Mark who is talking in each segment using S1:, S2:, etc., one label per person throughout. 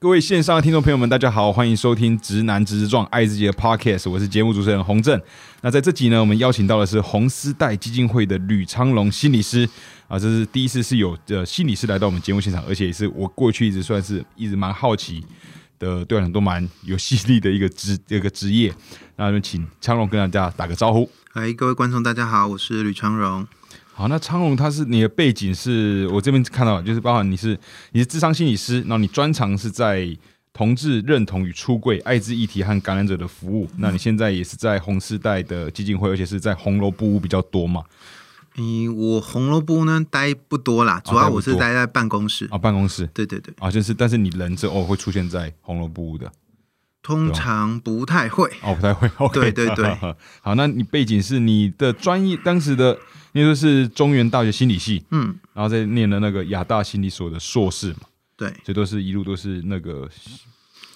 S1: 各位线上的听众朋友们，大家好，欢迎收听《直男直撞爱自己的 Podcast》，我是节目主持人洪正。那在这集呢，我们邀请到的是红丝带基金会的吕昌龙心理师啊，这是第一次是有呃心理师来到我们节目现场，而且也是我过去一直算是一直蛮好奇的，对我来讲都蛮有吸引力的一个职一个职业。那就请昌龙跟大家打个招呼。
S2: 嗨，哎各位观众，大家好，我是吕昌荣。
S1: 好，那昌龙他是你的背景是我这边看到，就是包含你是你是智商心理师，然后你专长是在同志认同与出柜、艾滋议题和感染者的服务。那你现在也是在红丝带的基金会，而且是在红楼部屋比较多嘛？
S2: 嗯，我红萝卜呢待不多哦啦，主要我是哦待在办公室。
S1: 啊，办公室
S2: 对对对，
S1: 啊，就是但是你人是哦偶尔会出现在红楼部屋的，
S2: 通常不太会。
S1: 哦，不太会。OK，
S2: 对对对。
S1: 好，那你背景是你的专业当时的，那时候是中原大学心理系，
S2: 嗯，
S1: 然后再念了那个亚大心理所的硕士嘛。
S2: 对，
S1: 所以都是一路都是那个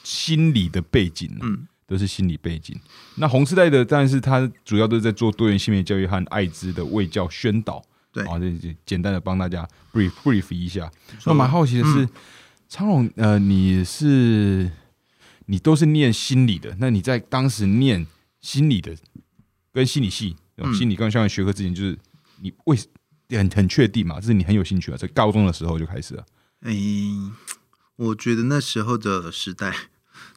S1: 心理的背景、啊，
S2: 嗯，
S1: 都是心理背景。那红丝带的，但是它主要都是在做多元性别教育和艾滋的卫教宣导，
S2: 对
S1: 啊，这这简单的帮大家 brief brief 一下。那蛮好奇的
S2: 嗯
S1: 是，昌龙，呃，你是你都是念心理的，那你在当时念心理的跟心理系、哦
S2: 嗯
S1: 心理跟相关学科之前，就是你为很很确定嘛，这是你很有兴趣啊，在高中的时候就开始了。啊
S2: 哎，我觉得那时候的时代，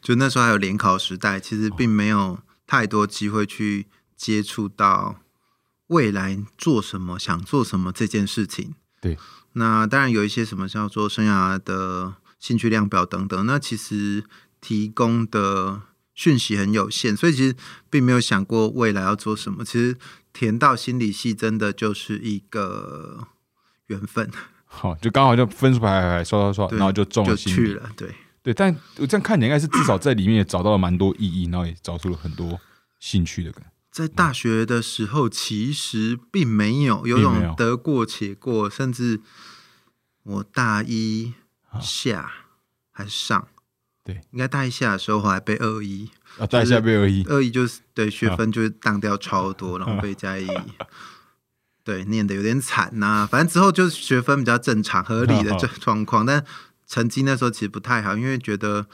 S2: 就那时候还有联考时代，其实并没有太多机会去接触到未来做什么、想做什么这件事情。
S1: 对，
S2: 那当然有一些什么叫做生涯的兴趣量表等等，那其实提供的讯息很有限，所以其实并没有想过未来要做什么。其实填到心理系真的就是一个缘分，
S1: 好，就刚好就分数排排排刷刷刷，
S2: 对
S1: 然后就中
S2: 就
S1: 了心
S2: 去
S1: 理。
S2: 了，对。
S1: 对，但我这样看你应该是至少在里面也找到了蛮多意义，然后也找出了很多兴趣的感觉。
S2: 在大学的时候，其实并没有有
S1: 并没有
S2: 种得过且过，甚至我大一下还是上，
S1: 啊对，
S2: 应该大一下的时候我还被二一，
S1: 啊，在下边而已。
S2: 二一啊就是对学分就是荡掉超多，然后被加一，对念的有点惨呐、反正之后就是学分比较正常合理的这状况，但成绩那时候其实不太好，因为觉得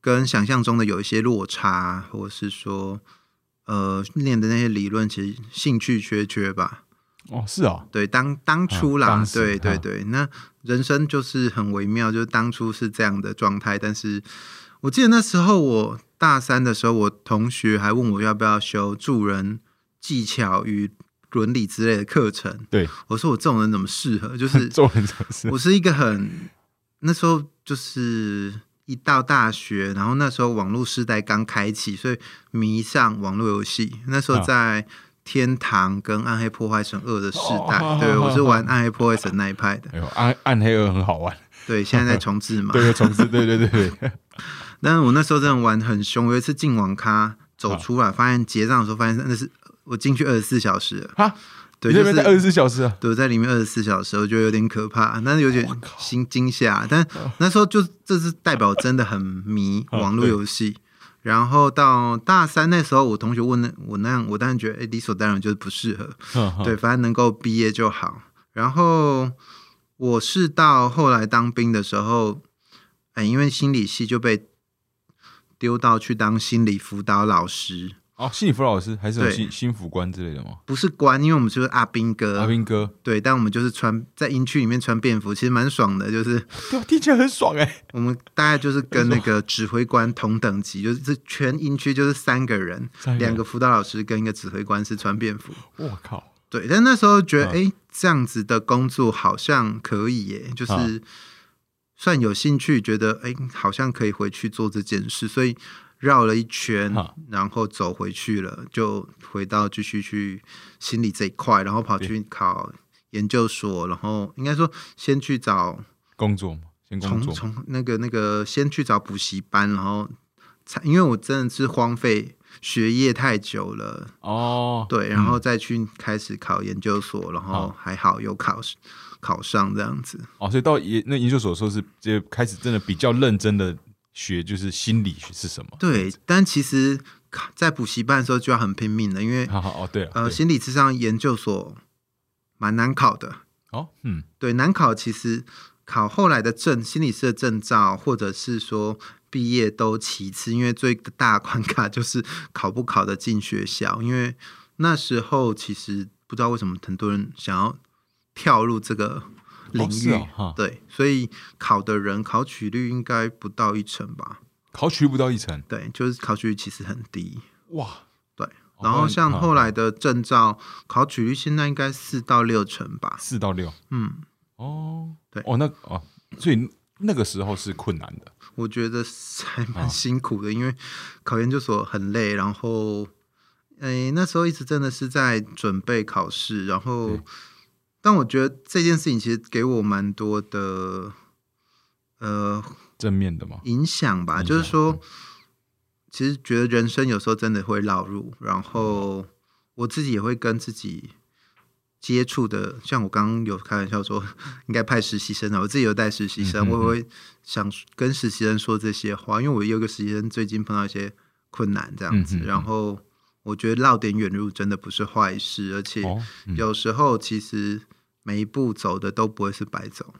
S2: 跟想象中的有一些落差，啊或是说呃念的那些理论其实兴趣缺缺吧。
S1: 哦，是啊，
S2: 对，当当初啦，
S1: 啊当时
S2: 对对
S1: 啊
S2: 对，那人生就是很微妙，就是当初是这样的状态，但是我记得那时候我大三的时候，我同学还问我要不要修助人技巧与伦理之类的课程，
S1: 对，
S2: 我说我这种人怎么适合？就是
S1: 做人做事
S2: 我是一个很那时候就是一到大学，然后那时候网络时代刚开启，所以迷上网络游戏。那时候
S1: 啊
S2: 在天堂跟暗黑破坏神二的时代，
S1: 哦
S2: 对
S1: 哦
S2: 我是
S1: 哦
S2: 玩暗黑破坏神那一派的。
S1: 哎呦，暗暗黑二很好玩，
S2: 对，现在在重置嘛。
S1: 对对，重置，对对对对，
S2: 但是我那时候真的玩很凶，我有一次进网咖
S1: 啊
S2: 走出来，发现结账的时候发现那是我进去二十四小时了。
S1: 哈，
S2: 对，
S1: 你
S2: 就
S1: 那边在二十
S2: 是
S1: 四小时啊，
S2: 对，在里面二十四小时，我觉得有点可怕，但是有点
S1: 哦我靠哦
S2: 心惊吓。但那时候就这是代表真的很迷
S1: 啊
S2: 网络
S1: 对
S2: 游戏。然后到大三那时候，我同学问我那样，我当然觉得哎理所当然就是不适合。
S1: 哼哼
S2: 对，反正能够毕业就好。然后我是到后来当兵的时候，哎，因为心理系就被丢到去当心理辅导老师，
S1: 哦，幸福老师还是有
S2: 对
S1: 幸幸福官之类的吗？
S2: 不是官，因为我们就是阿兵哥，
S1: 阿斌哥，
S2: 对，但我们就是穿在营区里面穿便服，其实蛮爽的，就是
S1: 对啊，听起来很爽哎，
S2: 我们大概就是跟那个指挥官同等级，就是这全营区就是三个人，
S1: 三个人
S2: 两个辅导老师跟一个指挥官是穿便服。
S1: 我靠，
S2: 对，但那时候觉得，
S1: 啊
S2: 哎、这样子的工作好像可以耶，就
S1: 啊
S2: 是算有兴趣，觉得哎、诶好像可以回去做这件事，所以绕了一圈
S1: 啊，
S2: 然后走回去了，就回到继续去心理这一块，然后跑去考研究所，然后应该说先去找
S1: 工作嘛，先工
S2: 从
S1: 作，
S2: 从那个那个先去找补习班，然后才因为我真的是荒废学业太久了，
S1: 哦，
S2: 对，然后再去开始考研究所，然后还好有考试考上这样子。
S1: 哦，所以到研那研究所的时候是就开始真的比较认真的学，就是心理学是什么。
S2: 对，但其实考在补习班的时候就要很拼命了，因为
S1: 好好哦，对了，
S2: 呃，
S1: 对
S2: 心理智商研究所蛮难考的。
S1: 哦，嗯，
S2: 对，难考其实考后来的证，心理师的证照，或者是说毕业都其次，因为最大关卡就是考不考得进学校。因为那时候其实不知道为什么很多人想要跳入这个领
S1: 是
S2: 域，
S1: 哦哈
S2: 对，所以考的人考取率应该不到一成吧？
S1: 考取不到一成，
S2: 对，就是考取率其实很低。
S1: 哇！
S2: 对，
S1: 哦
S2: 然后像
S1: 那
S2: 后来的证照考取率现在应该四到六成吧？
S1: 四到六，
S2: 嗯，
S1: 哦，
S2: 对
S1: 哦，那哦，所以那个时候是困难的，
S2: 我觉得是还蛮辛苦的，因为考研究所很累，然后，诶，那时候一直真的是在准备考试，然后
S1: 对，
S2: 但我觉得这件事情其实给我蛮多的，呃，
S1: 正面的嘛，
S2: 影响吧，
S1: 影响嗯
S2: 就是说，其实觉得人生有时候真的会绕路，然
S1: 嗯
S2: 后我自己也会跟自己接触的，像我刚刚有开玩笑说 应该派实习生啊，我自己有带实习生，
S1: 嗯嗯嗯
S2: 我也会想跟实习生说这些话，因为我有一个实习生最近碰到一些困难这样
S1: 嗯
S2: 子，
S1: 嗯嗯
S2: 然后我觉得绕点远路真的不是坏事，而且
S1: 哦，嗯，
S2: 有时候其实每一步走的都不会是白走，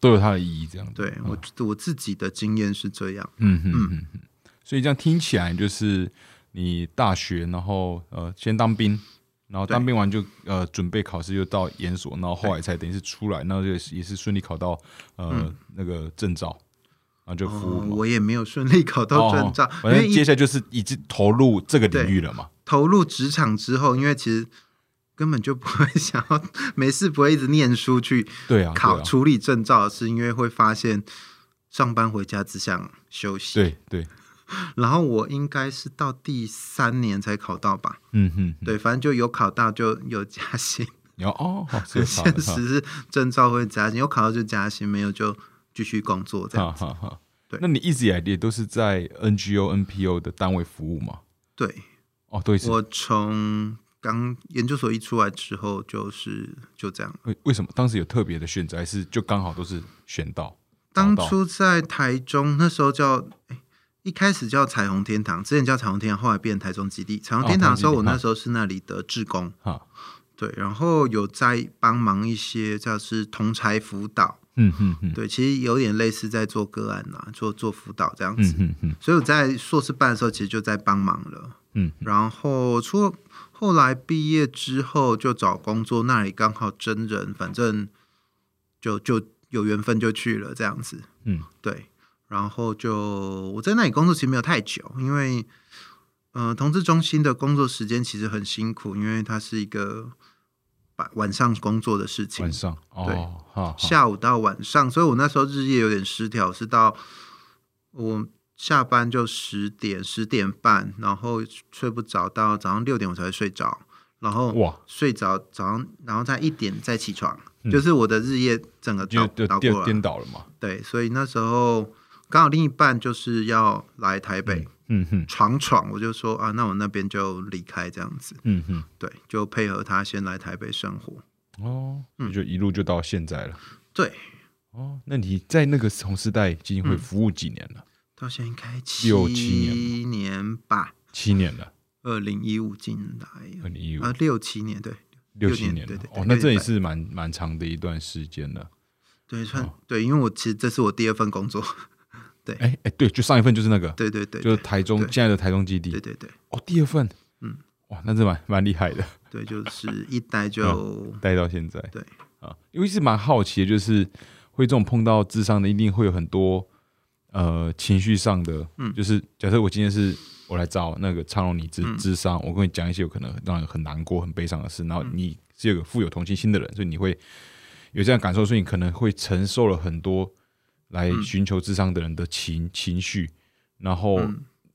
S1: 都有它的意义，这样子，
S2: 对我、我自己的经验是这样。
S1: 嗯嗯嗯嗯，所以这样听起来就是你大学，然后呃，先当兵。然后
S2: 对
S1: 当兵完就呃准备考试，又到研所，然后后来才等于是出来，那就也是顺利考到呃、那个证照，然后就服务
S2: 哦，
S1: 嘛。
S2: 我也没有顺利考到
S1: 哦
S2: 证照，
S1: 反
S2: 因
S1: 正
S2: 为
S1: 接
S2: 一
S1: 下来就是已经投入这个领域了嘛。
S2: 投入职场之后，因为其实根本就不会 想要没事不会一直念书去
S1: 对啊，
S2: 考
S1: 对啊
S2: 处理证照，是因为会发现上班回家只想休息。，
S1: 对对，
S2: 然后我应该是到第三年才考到吧？
S1: 嗯哼，
S2: 对，反正就有考到就有加 薪，
S1: 你要哦，好是
S2: 很
S1: 有差的 哈
S2: 现实是证照会加薪，有考到就加薪，没有就继续工作这样。
S1: 哈哈哈。
S2: 对
S1: 那你一直以来也都是在 NGO、NPO 的单位服务嘛？
S2: 对，
S1: 哦，对，是。
S2: 我从刚研究所一出来之后，就是就这样。
S1: 为为什么当时有特别的选择，还是就刚好都是选到？
S2: 当
S1: 找到
S2: 初在台中，那时候叫诶一开始叫彩虹天堂，之前叫彩虹天堂，后来变台中基地。彩虹天堂的时候，
S1: 哦
S2: 我
S1: 台中基地
S2: 那时候是那里的志工，
S1: 哈，
S2: 对，然后有在帮忙一些像是同才辅导，
S1: 嗯哼哼，
S2: 对，其实有点类似在做个案呐、做做辅导这样
S1: 嗯
S2: 子。
S1: 哼哼，
S2: 所以我在硕士班的时候，其实就在帮忙了。
S1: 嗯，
S2: 然后出后来毕业之后就找工作，那里刚好真人，反正就就有缘分就去了这样子。
S1: 嗯，
S2: 对。然后就我在那里工作其实没有太久，因为呃，同志中心的工作时间其实很辛苦，因为它是一个晚晚上工作的事情
S1: 晚，上
S2: 嗯对
S1: 哦，哈，哈
S2: 下午到晚上，所以我那时候日夜有点失调，是到我下班就十点十点半，然后睡不着，到早上六点我才会睡着，然后
S1: 哇，
S2: 睡着早上，然后再一点再起床，
S1: 嗯
S2: 就是我的日夜整个
S1: 就
S2: 倒
S1: 就
S2: 倒过
S1: 颠
S2: 了。
S1: 颠倒了嘛。
S2: 对，所以那时候刚好另一半就是要来台北
S1: 嗯哼，
S2: 闯闯，我就说啊，那我那边就离开这样子，
S1: 嗯哼，
S2: 对，就配合他先来台北生活。
S1: 哦，所
S2: 嗯
S1: 以就一路就到现在了。
S2: 对，
S1: 哦，那你在那个红时代基
S2: 嗯
S1: 金会服务几年了？
S2: 到现在应该
S1: 六七年吧七
S2: 七年吧。
S1: 年了，
S2: 二零一五进来
S1: 二零一五
S2: 啊，六七年对
S1: 六
S2: 六
S1: 七
S2: 年
S1: 年了
S2: 对对。对
S1: 哦，那这也
S2: 六年
S1: 是蛮蛮长的一段时间了。
S2: 对算、
S1: 哦
S2: 对，因为我其实这是我第二份工作，
S1: 哎哎，对，就上一份就是那个，
S2: 对对对，
S1: 就是
S2: 对
S1: 台中
S2: 对
S1: 现在的台中基
S2: 对
S1: 地。
S2: 对对
S1: 哦，第二份，
S2: 嗯，
S1: 哇，那是蛮蛮厉害的，
S2: 对，就是一
S1: 哦
S2: 待就
S1: 待到现在。
S2: 对
S1: 啊，因为是蛮好奇的，就是会这种碰到智商的，一定会有很多呃情绪上的，嗯，就是假设我今天是我来找那个昌荣你智智商，我跟你讲一些有可能让人很难过、很悲伤的事，然后你是有个富有同情心的人，所以你会有这样的感受，所以你可能会承受了很多来寻求智商的人的情情绪，然后。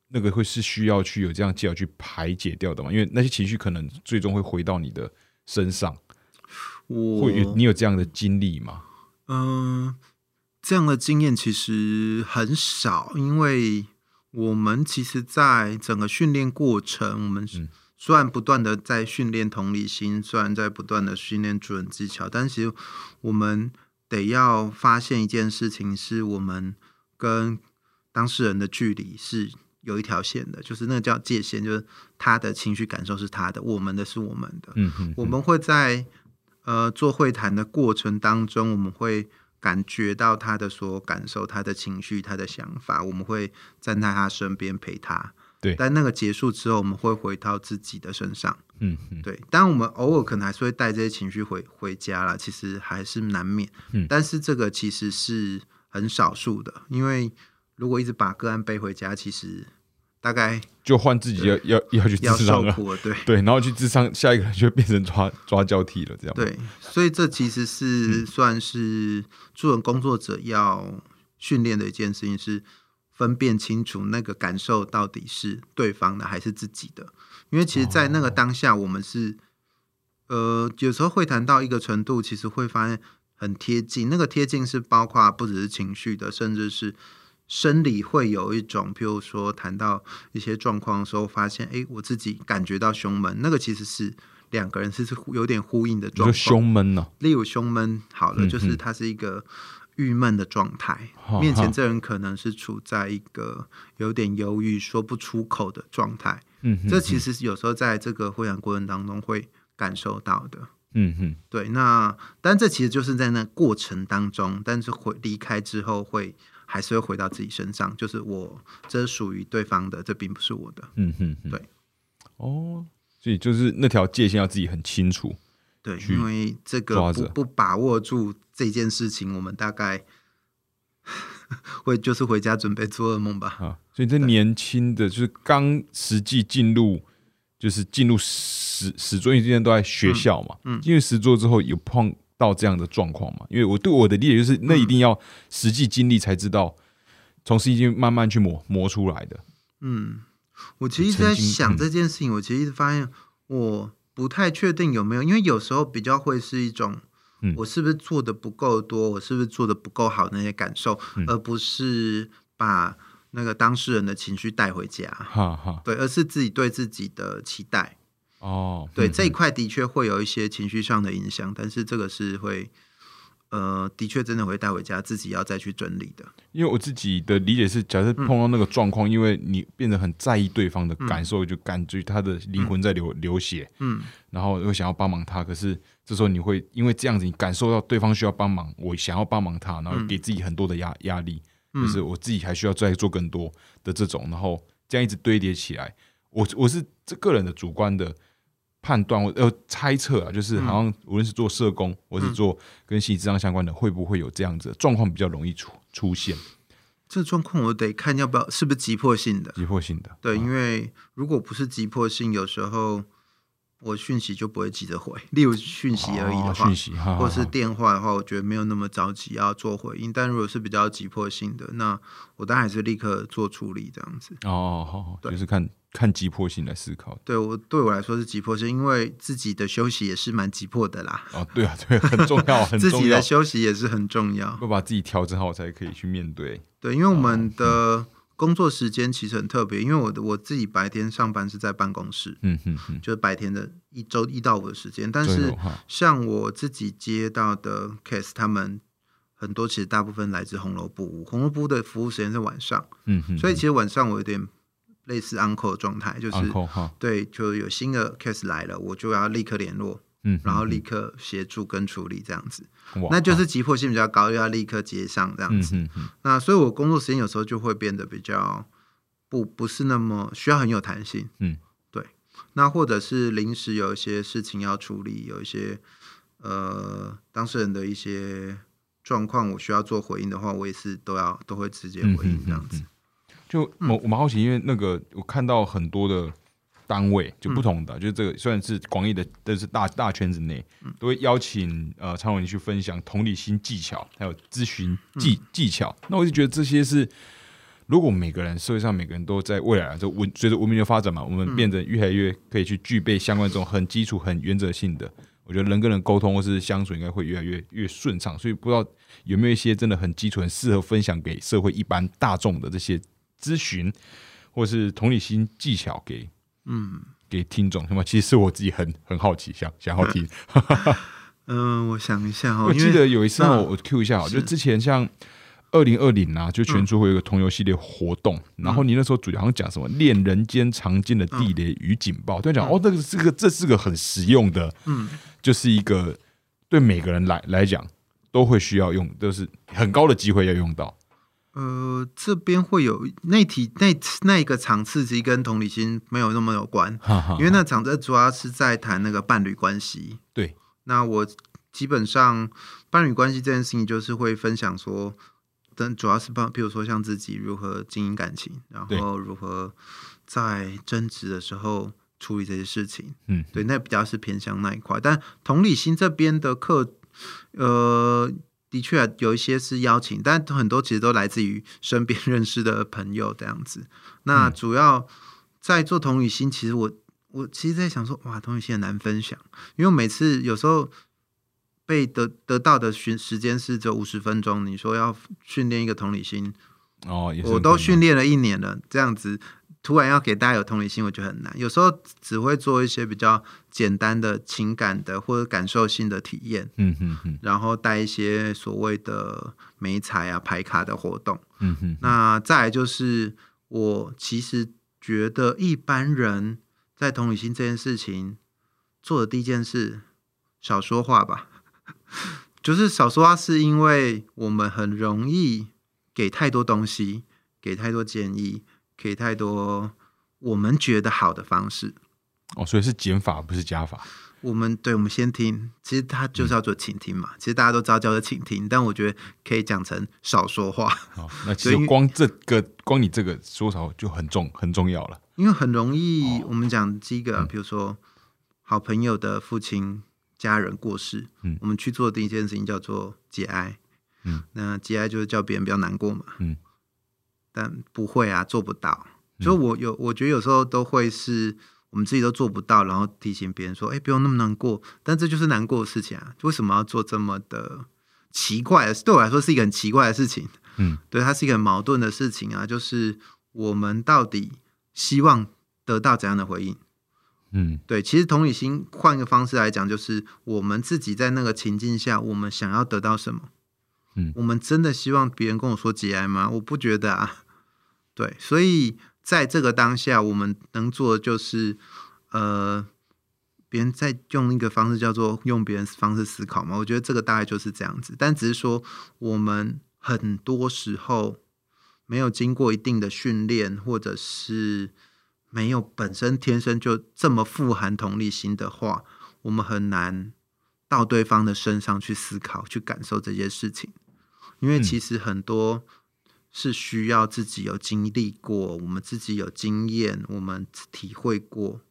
S1: 那个会是需要去有这样技巧去排解掉的嘛？因为那些情绪可能最终会回到你的身上，
S2: 我
S1: 会有你有这样的经历吗？
S2: 嗯、这样的经验其实很少，因为我们其实，在整个训练过程，我们
S1: 嗯
S2: 虽然不断的在训练同理心，虽然在不断的训练主人技巧，但其实我们得要发现一件事情，是我们跟当事人的距离是有一条线的，就是那个叫界限，就是他的情绪感受是他的，我们的是我们的。
S1: 嗯哼，
S2: 我们会在呃做会谈的过程当中，我们会感觉到他的所有感受、他的情绪、他的想法，我们会站在他身边陪他。
S1: 对
S2: 但那个结束之后，我们会回到自己的身上。
S1: 嗯嗯，
S2: 对，但我们偶尔可能还是会带这些情绪回回家啦，其实还是难免。
S1: 嗯
S2: 但是这个其实是很少数的，因为如果一直把个案背回家，其实大概
S1: 就换自己要要要去
S2: 要
S1: 智商
S2: 受
S1: 了，
S2: 苦了。对
S1: 对，然后去智商，下一个人就变成抓抓交替了，这样。
S2: 对，所以这其实是算是助人工作者要训练的一件事情，是分辨清楚那个感受到底是对方的还是自己的。因为其实，在那个当下，我们是、呃，有时候会谈到一个程度，其实会发现很贴近。那个贴近是包括不只是情绪的，甚至是生理会有一种，譬如说谈到一些状况的时候，发现哎，诶我自己感觉到胸闷，那个其实是两个人是是有点呼应的
S1: 你
S2: 状
S1: 说
S2: 况。
S1: 胸闷哦呢、
S2: 例如胸闷，好了，
S1: 嗯
S2: 就是
S1: 嗯哦
S2: 它是一个郁闷的状态
S1: 哈，
S2: 面
S1: 哈
S2: 前这人可能是处在一个有点忧郁、说不出口的状态。
S1: 嗯哼，
S2: 这其实是有时候在这个会谈过程当中会感受到的。
S1: 嗯哼，
S2: 对，那但这其实就是在那过程当中，但是回离开之后会还是会回到自己身上，就是我这是属于对方的，这并不是我的。
S1: 嗯哼，嗯
S2: 对，
S1: 哦，所以就是那条界限要自己很清楚。
S2: 对，
S1: 去
S2: 因为这
S1: 抓
S2: 个不
S1: 着
S2: 不把握住这件事情，我们大概 会就是回家准备做噩梦吧。
S1: 啊，所以这年轻的就是刚实际进入，就是进入实实作，因为之前都在学校嘛，
S2: 嗯嗯
S1: 进入实作之后有碰到这样的状况嘛？因为我对我的理解就是，那一定要实际经历才知道，从实际经历慢慢去磨磨出来的。
S2: 嗯，我其实一直
S1: 曾
S2: 在
S1: 经
S2: 想
S1: 嗯
S2: 这件事情，我其实一直发现我不太确定有没有，因为有时候比较会是一种
S1: 嗯，
S2: 我是不是做的不够多，我是不是做的不够好那些感受，
S1: 嗯
S2: 而不是把那个当事人的情绪带回家，
S1: 哈哈，
S2: 对，而是自己对自己的期待。
S1: 哦，
S2: 对
S1: 嗯
S2: 这一块的确会有一些情绪上的影响，但是这个是会，呃，的确真的会带回家，自己要再去整理的。
S1: 因为我自己的理解是，假设碰到那个状
S2: 嗯
S1: 况，因为你变得很在意对方的感受，就感觉他的灵魂在流、流血，
S2: 嗯，
S1: 然后又想要帮忙他，可是这时候你会因为这样子，你感受到对方需要帮忙，我想要帮忙他，然后
S2: 嗯
S1: 给自己很多的压压力，就是我自己还需要再做更多的这种，然后这样一直堆叠起来，我我是这个人的主观的判断，我呃猜测啊，
S2: 嗯
S1: 就是好像无论是做社工，或是做跟心理智商相关的，会不会有这样子的状况比较容易出出现
S2: 这状况我得看要不要是不是急迫性的。
S1: 急迫性的？
S2: 对，因为如果不是急迫性，有时候我讯息就不会急着回，例如讯息而已的
S1: 哦
S2: 话，
S1: 讯息，哈哈
S2: 或是
S1: 哈
S2: 电话的话，我觉得没有那么着急要做回应。但如果是比较急迫性的，那我当然还是立刻做处理这样子。
S1: 哦，好好，
S2: 对
S1: 就是看看急迫性来思考。
S2: 对我对我来说是急迫性，因为自己的休息也是蛮急迫的啦。
S1: 哦，对啊，对啊，很重 要，很
S2: 自
S1: 重
S2: 己
S1: 要
S2: 的，休息也是很重要。
S1: 要把自己调整好，才可以去面对。
S2: 对，因为我们的
S1: 嗯
S2: 工作时间其实很特别，因为我的我自己白天上班是在办公室，
S1: 嗯哼哼，
S2: 就是白天的一周一到五的时间。但
S1: 这
S2: 是
S1: 种哈，
S2: 像我自己接到的 case，他们很多其实大部分来自红楼部屋，红楼部屋的服务时间是晚上，
S1: 嗯哼，
S2: 所以其实晚上我有点类似 uncle 的状态，就是。
S1: uncle 哈，
S2: 对，就有新的 case 来了，我就要立刻联络，
S1: 嗯哼，
S2: 然后立刻协助跟处理这样子，
S1: 哇
S2: 那就是急迫性比较高，又要立刻接上这样
S1: 嗯
S2: 子。
S1: 哼哼，
S2: 那所以我工作时间有时候就会变得比较不不是那么需要很有弹性，
S1: 嗯，
S2: 对。那或者是临时有一些事情要处理，有一些呃当事人的一些状况，我需要做回应的话，我也是都要都会直接
S1: 嗯
S2: 回应
S1: 哼
S2: 这样子。
S1: 哼就我我蛮好奇，因为那个我看到很多的单位，就不同的，就是这个虽然是广义的，但是大大圈子内都会邀请呃常委去分享同理心技巧，还有咨询技、技巧。那我就觉得这些是，如果每个人社会上每个人都在未来啊就文随着文明的发展嘛，我们变得越来越可以去具备相关这种很基础、很原则性的。我觉得人跟人沟通或是相处应该会越来越越顺畅，所以不知道有没有一些真的很基础、很适合分享给社会一般大众的这些咨询，或是同理心技巧给
S2: 嗯
S1: 给听众，那么其实是我自己很很好奇，想想要听。
S2: 嗯、我想一下哦，
S1: 我
S2: 因
S1: 记
S2: 为
S1: 得有一次
S2: 那
S1: 我我 Q 一下哦，就之前像二零二零啊，就
S2: 嗯
S1: 全出会有一个同游系列活动，然后你那时候主要好像讲什么恋人间常见的地雷与警报，就讲哦，这个是个这是个很实用的，
S2: 嗯嗯
S1: 就是一个对每个人来来讲都会需要用，都是很高的机会要用到。
S2: 呃，这边会有那题那那一个场次其实跟同理心没有那么有关，
S1: 哈哈
S2: 因为那场次主要是在谈那个伴侣关系。
S1: 对，
S2: 那我基本上伴侣关系这件事情，就是会分享说，但主要是帮，比如说像自己如何经营感情，然
S1: 对
S2: 后如何在争执的时候处理这些事情。
S1: 嗯，
S2: 对，那比较是偏向那一块。但同理心这边的课，呃，的确有一些是邀请，但很多其实都来自于身边 认识的朋友这样子。那主要在做同理心，其实我我其实在想说，哇，同理心很难分享，因为我每次有时候。被得得到的训时间是只有五十分钟，你说要训练一个同理心，
S1: 哦，也是
S2: 我
S1: 很
S2: 都
S1: 困
S2: 训
S1: 难
S2: 练了一年了，这样子突然要给大家有同理心，我觉得很难。有时候只会做一些比较简单的情感的或者感受性的体验，
S1: 嗯哼哼，
S2: 然后带一些所谓的美彩啊、牌卡的活动。
S1: 嗯哼，
S2: 那再来就是，我其实觉得一般人在同理心这件事情做的第一件事，少说话吧。 就是少说话，是因为我们很容易给太多东西，给太多建议，给太多我们觉得好的方式。
S1: 哦，所以是减法不是加法，
S2: 我们对，我们先听，其实它就是要做倾听嘛。其实大家都知道叫做倾听，但我觉得可以讲成少说话。
S1: 哦，那其
S2: 对因
S1: 实
S2: 为
S1: 光这个光你这个说少就很重很重要了，
S2: 因为很容易，
S1: 哦
S2: 我们讲第一个，
S1: 嗯
S2: 比如说好朋友的父亲、家人过世，
S1: 嗯
S2: 我们去做的第一件事情叫做节哀，
S1: 嗯，
S2: 那节哀就是叫别人不要难过嘛，
S1: 嗯，
S2: 但不会啊，做不到。所以我有，我觉得有时候都会是我们自己都做不到，然后提醒别人说，哎、不用那么难过，但这就是难过的事情啊，为什么要做这么的奇怪的？对我来说是一个很奇怪的事情，
S1: 嗯，
S2: 对，它是一个很矛盾的事情啊，就是我们到底希望得到怎样的回应？
S1: 嗯
S2: 对，其实同理心换一个方式来讲，就是我们自己在那个情境下，我们想要得到什么？
S1: 嗯
S2: 我们真的希望别人跟我说节哀吗？我不觉得啊。对，所以在这个当下，我们能做的就是，呃，别人在用一个方式叫做用别人方式思考嘛。我觉得这个大概就是这样子，但只是说我们很多时候没有经过一定的训练，或者是没有本身天生就这么富含同理心的话，我们很难到对方的身上去思考、去感受这些事情，因为
S1: 嗯
S2: 其实很多是需要自己有经历过，我们自己有经验，我们体会过，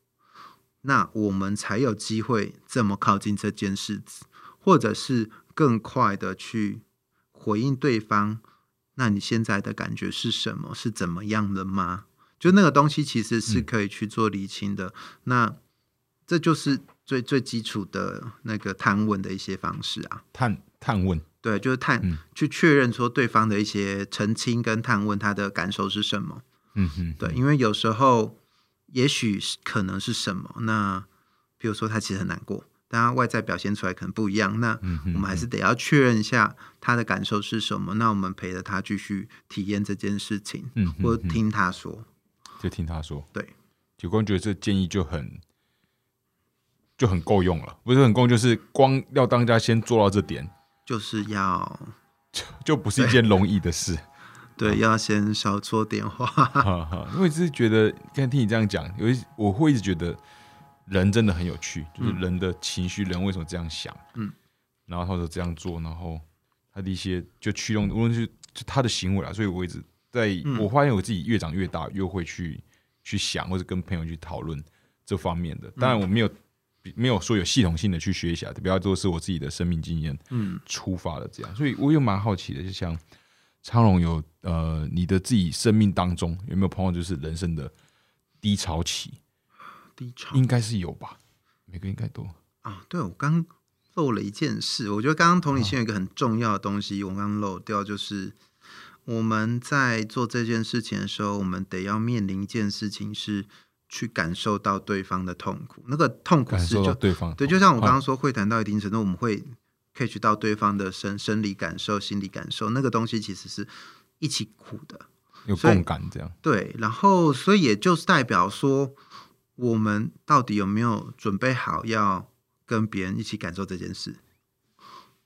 S2: 那我们才有机会这么靠近这件事，或者是更快的去回应对方。那你现在的感觉是什么？是怎么样的吗？就那个东西其实是可以去做厘清的。那这就是最最基础的那个探问的一些方式啊。
S1: 探探问，
S2: 对，就是探、
S1: 嗯
S2: 去确认说对方的一些澄清跟探问他的感受是什么。
S1: 嗯哼，
S2: 对，因为有时候也许是可能是什么，那比如说他其实很难过，但他外在表现出来可能不一样，那
S1: 嗯哼
S2: 我们还是得要确认一下他的感受是什么，那我们陪着他继续体验这件事情，
S1: 嗯哼
S2: 或者听他说。
S1: 就听他说，
S2: 对，
S1: 就光觉得这建议就很就很够用了，不是很够用，就是光要当家先做到这点，
S2: 就是要
S1: 就不是一件容易的事。
S2: 对，要先少说点 话。
S1: 哈哈，因为只是觉得，刚才听你这样讲，有一我会一直觉得人真的很有趣，就是人的情绪，人为什么这样想，
S2: 嗯，
S1: 然后他说这样做，然后他的一些就驱动，无论是就他的行为啦，所以我一直在，
S2: 嗯
S1: 我发现我自己越长越大，越会去去想，或者跟朋友去讨论这方面
S2: 嗯
S1: 的。当然，我没有没有说有系统性的去学习啊，比较多是我自己的生命经验，
S2: 嗯，
S1: 出发的这样，所以我也蛮好奇的，就像昌龙有呃，你的自己生命当中有没有碰到就是人生的低潮期？
S2: 低潮
S1: 应该是有吧，每个应该都
S2: 啊，对我刚漏了一件事，我觉得刚刚同理心有一个很重要的东西，我刚刚漏掉，就是我们在做这件事情的时候，我们得要面临一件事情是去感受到对方的痛苦，那个痛苦
S1: 感
S2: 是
S1: 受到
S2: 就
S1: 对方的
S2: 对，
S1: 痛
S2: 就像我刚
S1: 啊
S2: 刚说，会谈到一定程度，我们会 catch 到对方的生生理感受、心理感受，那个东西其实是一起苦的。
S1: 有
S2: 所以
S1: 共感这样，
S2: 对，然后所以也就是代表说，我们到底有没有准备好要跟别人一起感受这件事？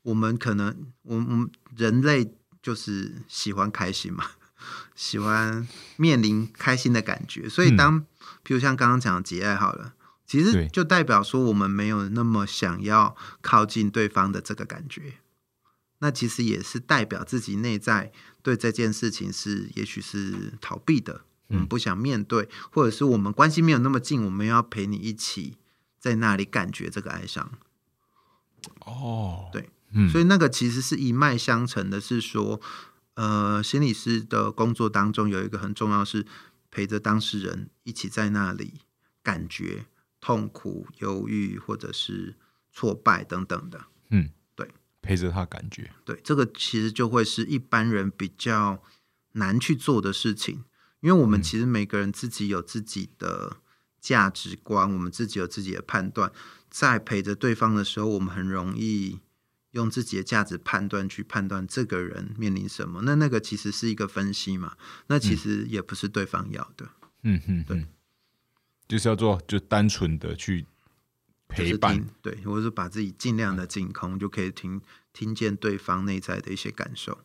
S2: 我们可能，我们我们人类就是喜欢开心嘛， 喜欢面临开心的感觉，所以当，譬如像刚刚讲的节爱好了，其
S1: 对
S2: 实就代表说我们没有那么想要靠近对方的这个感觉，那其实也是代表自己内在对这件事情是，也许是逃避的，我们不想面对，或者是我们关系没有那么近，我们要陪你一起在那里感觉这个哀伤。
S1: 哦，
S2: 对，
S1: 嗯，
S2: 所以那个其实是一脉相承的，是说，呃，心理师的工作当中有一个很重要是陪着当事人一起在那里感觉痛苦、忧郁或者是挫败等等的。
S1: 嗯，
S2: 对，
S1: 陪着他感觉，
S2: 对，这个其实就会是一般人比较难去做的事情，因为我
S1: 嗯
S2: 们其实每个人自己有自己的价值观，我们自己有自己的判断，在陪着对方的时候，我们很容易用自己的价值判断去判断这个人面临什么，那那个其实是一个分析嘛，那其实也不是对方要的，
S1: 嗯哼，
S2: 对
S1: 嗯，就是要做就单纯的去
S2: 就是
S1: 陪伴嗯
S2: 听，对，或者是把自己尽量的净空，就可以听听见对方内在的一些感受。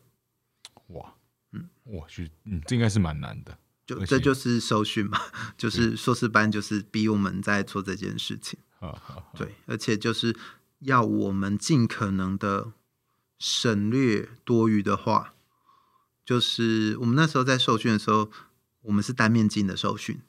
S1: 哇，嗯，哇，去，嗯，这应该是蛮难的，
S2: 就
S1: 而
S2: 这
S1: 且
S2: 就是受训嘛，
S1: 嗯
S2: 就是硕士班就是逼我们在做这件事情，
S1: 哈哈，
S2: 对，而且就是要我们尽可能的省略多余的话。就是我们那时候在受训的时候，我们是单面镜的受训，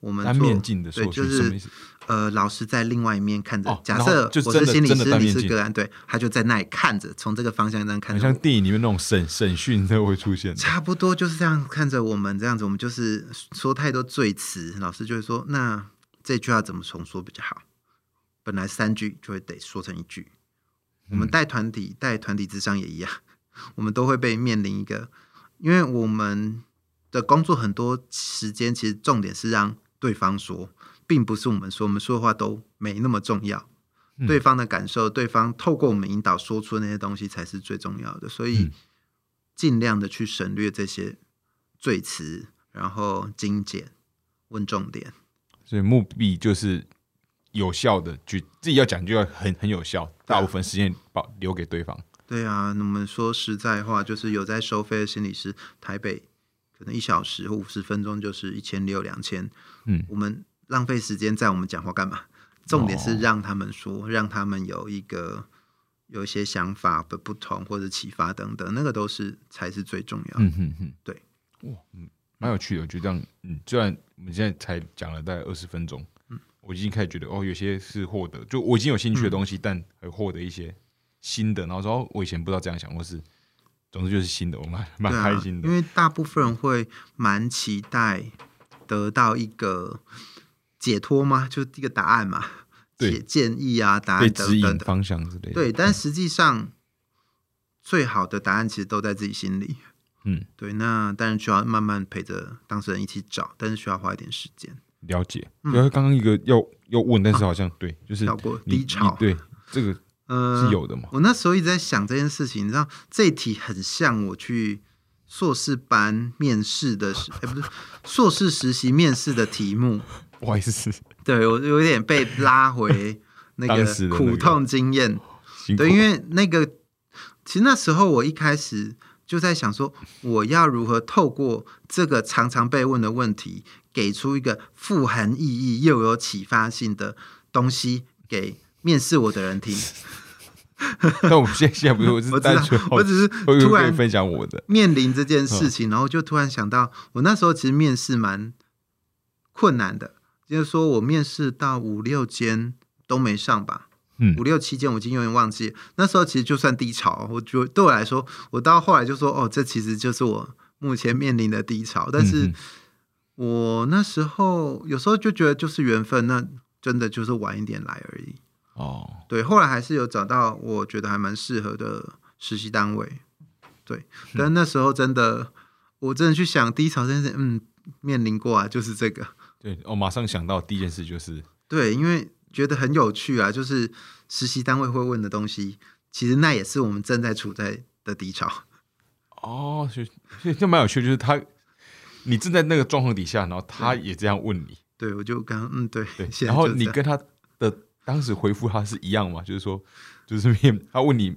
S2: 我们
S1: 单
S2: 做
S1: 面镜的受
S2: 对，就
S1: 训什么意
S2: 是
S1: 思？
S2: 呃，老师在另外一面看着。
S1: 哦
S2: 假
S1: 然后
S2: 设
S1: 就是
S2: 我
S1: 真
S2: 是
S1: 的
S2: 心理
S1: 真的
S2: 师，
S1: 单
S2: 你
S1: 面
S2: 是
S1: 镜
S2: 个案，对，他就在那里看着，从这个方向这样看
S1: 很
S2: 着
S1: 像
S2: 我们。
S1: 电影里面那种审审讯都会出现的，
S2: 差不多就是这样看着我们这样子，我们就是说太多赘词，老师就会说那这句要怎么重说比较好？本来三句就会得说成一句。我们带团体带团体智商也一样，我们都会被面临一个，因为我们的工作很多时间其实重点是让对方说，并不是我们说，我们说的话都没那么重要。
S1: 嗯
S2: 对方的感受，对方透过我们引导说出那些东西才是最重要的，所以
S1: 嗯
S2: 尽量的去省略这些赘词，然后精简，问重点。
S1: 所以目的就是有效的去自己要讲就要很很有效，大部分时间保留给对方。
S2: 对啊，那我们说实在话，就是有在收费的心理师，台北可能一小时或五十分钟就是一千六、两千。
S1: 嗯
S2: 我们浪费时间在我们讲话干嘛？重点
S1: 哦
S2: 是让他们说，让他们有一个有一些想法的不同或者启发等等，那个都是才是最重要的。
S1: 嗯哼哼，
S2: 对，
S1: 哇，嗯，蛮有趣的，我觉得这样，嗯，虽然我们现在才讲了大概二十分钟，我已经开始觉得哦，有些是获得，就我已经有兴趣的东西，但还获得一些新的，然后说哦我以前不知道这样想，或是总之就是新的，我蛮蛮
S2: 对
S1: 开心的
S2: 啊。因。为大部分人会蛮期待得到一个解脱吗？就是一个答案嘛，
S1: 对
S2: 解建议啊，答
S1: 被
S2: 案
S1: 指
S2: 等等
S1: 引
S2: 的。
S1: 方向之类的，
S2: 对，但实际上最好的答案其实都在自己心里。
S1: 嗯，
S2: 对，那当然需要慢慢陪着当事人一起找，但是需要花一点时间。
S1: 了解。
S2: 嗯
S1: 然后刚刚一个要要问，但是好像对，就是
S2: 跳过
S1: 你
S2: 低潮
S1: 你对这个
S2: 呃，
S1: 是有的嘛？
S2: 我那时候一直在想这件事情，你知道，这一题很像我去硕士班面试的时，哎、不是硕士实习面试的题目。
S1: 不好意思，
S2: 对我有点被拉回那
S1: 当
S2: 个
S1: 时的那个
S2: 苦痛经验。
S1: 辛苦
S2: 对，因为那个其实那时候我一开始就在想说，我要如何透过这个常常被问的问题，给出一个富含意义又有启发性的东西给面试我的 人听。
S1: 但我们现在现在不是，我是
S2: 我知
S1: 单
S2: 道
S1: 纯，好
S2: 我只是
S1: 我以为
S2: 突
S1: 可以
S2: 然
S1: 分享我的，嗯
S2: 面临这件事情，然后就突然想到，我那时候其实面试蛮困难的，就是说我面试到五六间都没上吧，
S1: 嗯
S2: 五六七间我已经有点忘记了。那时候其实就算低潮，我就对我来说，我到后来就说，哦，这其实就是我目前面临的低潮。但是
S1: 嗯
S2: 我那时候有时候就觉得就是缘分，那真的就是晚一点来而已。
S1: 哦，
S2: 对，后来还是有找到我觉得还蛮适合的实习单位。对，但那时候真的，我真的去想低潮这件事，嗯，面临过啊，就是这个。
S1: 对，我马上想到第一件事就是，
S2: 对，因为觉得很有趣啊，就是实习单位会问的东西，其实那也是我们正在处在的低潮。
S1: 哦，所以所以这蛮有趣的，就是他，你正在那个状况底下，然后他也这样问你，
S2: 对，我就刚嗯，对，
S1: 对，
S2: 现在
S1: 然后
S2: 就
S1: 你
S2: 这 样
S1: 跟他的当时回复他是一样嘛，就是说，就是面他问你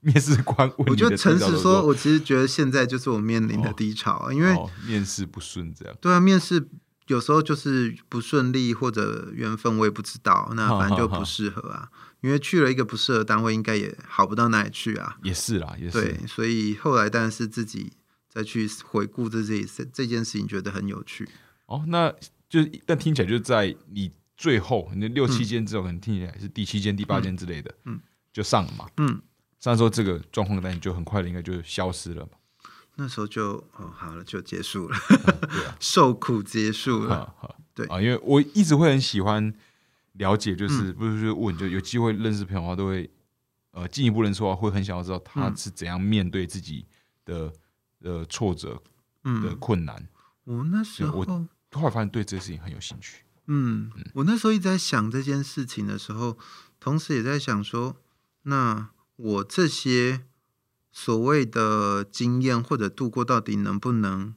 S1: 面试官问
S2: 我
S1: 你
S2: 就
S1: 的
S2: 诚
S1: 第一条
S2: 实
S1: 都
S2: 说，我其实觉得现在就是我面临的
S1: 哦
S2: 低潮啊，因为
S1: 哦面试不顺这样。
S2: 对啊，面试有时候就是不顺利或者缘分，我也不知道。那
S1: 好
S2: 反正就
S1: 好好
S2: 不适合啊，因为去了一个不适合的单位，应该也好不到哪里去啊。
S1: 也是啦，也是
S2: 对，所以后来当然是自己再去回顾这这这件事情，觉得很有趣。
S1: 哦，那就是但听起来就是在你最后，你的六七间之后，可能听起来是第七间、第八间之类的，
S2: 嗯，
S1: 就上了嘛。
S2: 嗯，
S1: 上之后这个状况，那你就很快的应该就消失了嘛。
S2: 那时候就哦，好了，就结束了，
S1: 对啊
S2: 受苦结束了。
S1: 啊啊
S2: 嗯对
S1: 啊，因为我一直会很喜欢了解，
S2: 嗯
S1: 就是、不是就是问，就有机会认识朋友的话，都会呃进一步认识的话，会很想要知道他
S2: 嗯
S1: 是怎样面对自己的呃挫折的
S2: 嗯，
S1: 困难。
S2: 我那时
S1: 对我
S2: 候，
S1: 后来发现对这个事情很有兴趣。
S2: 嗯，我那时候一直在想这件事情的时候，同时也在想说，那我这些所谓的经验或者度过，到底能不能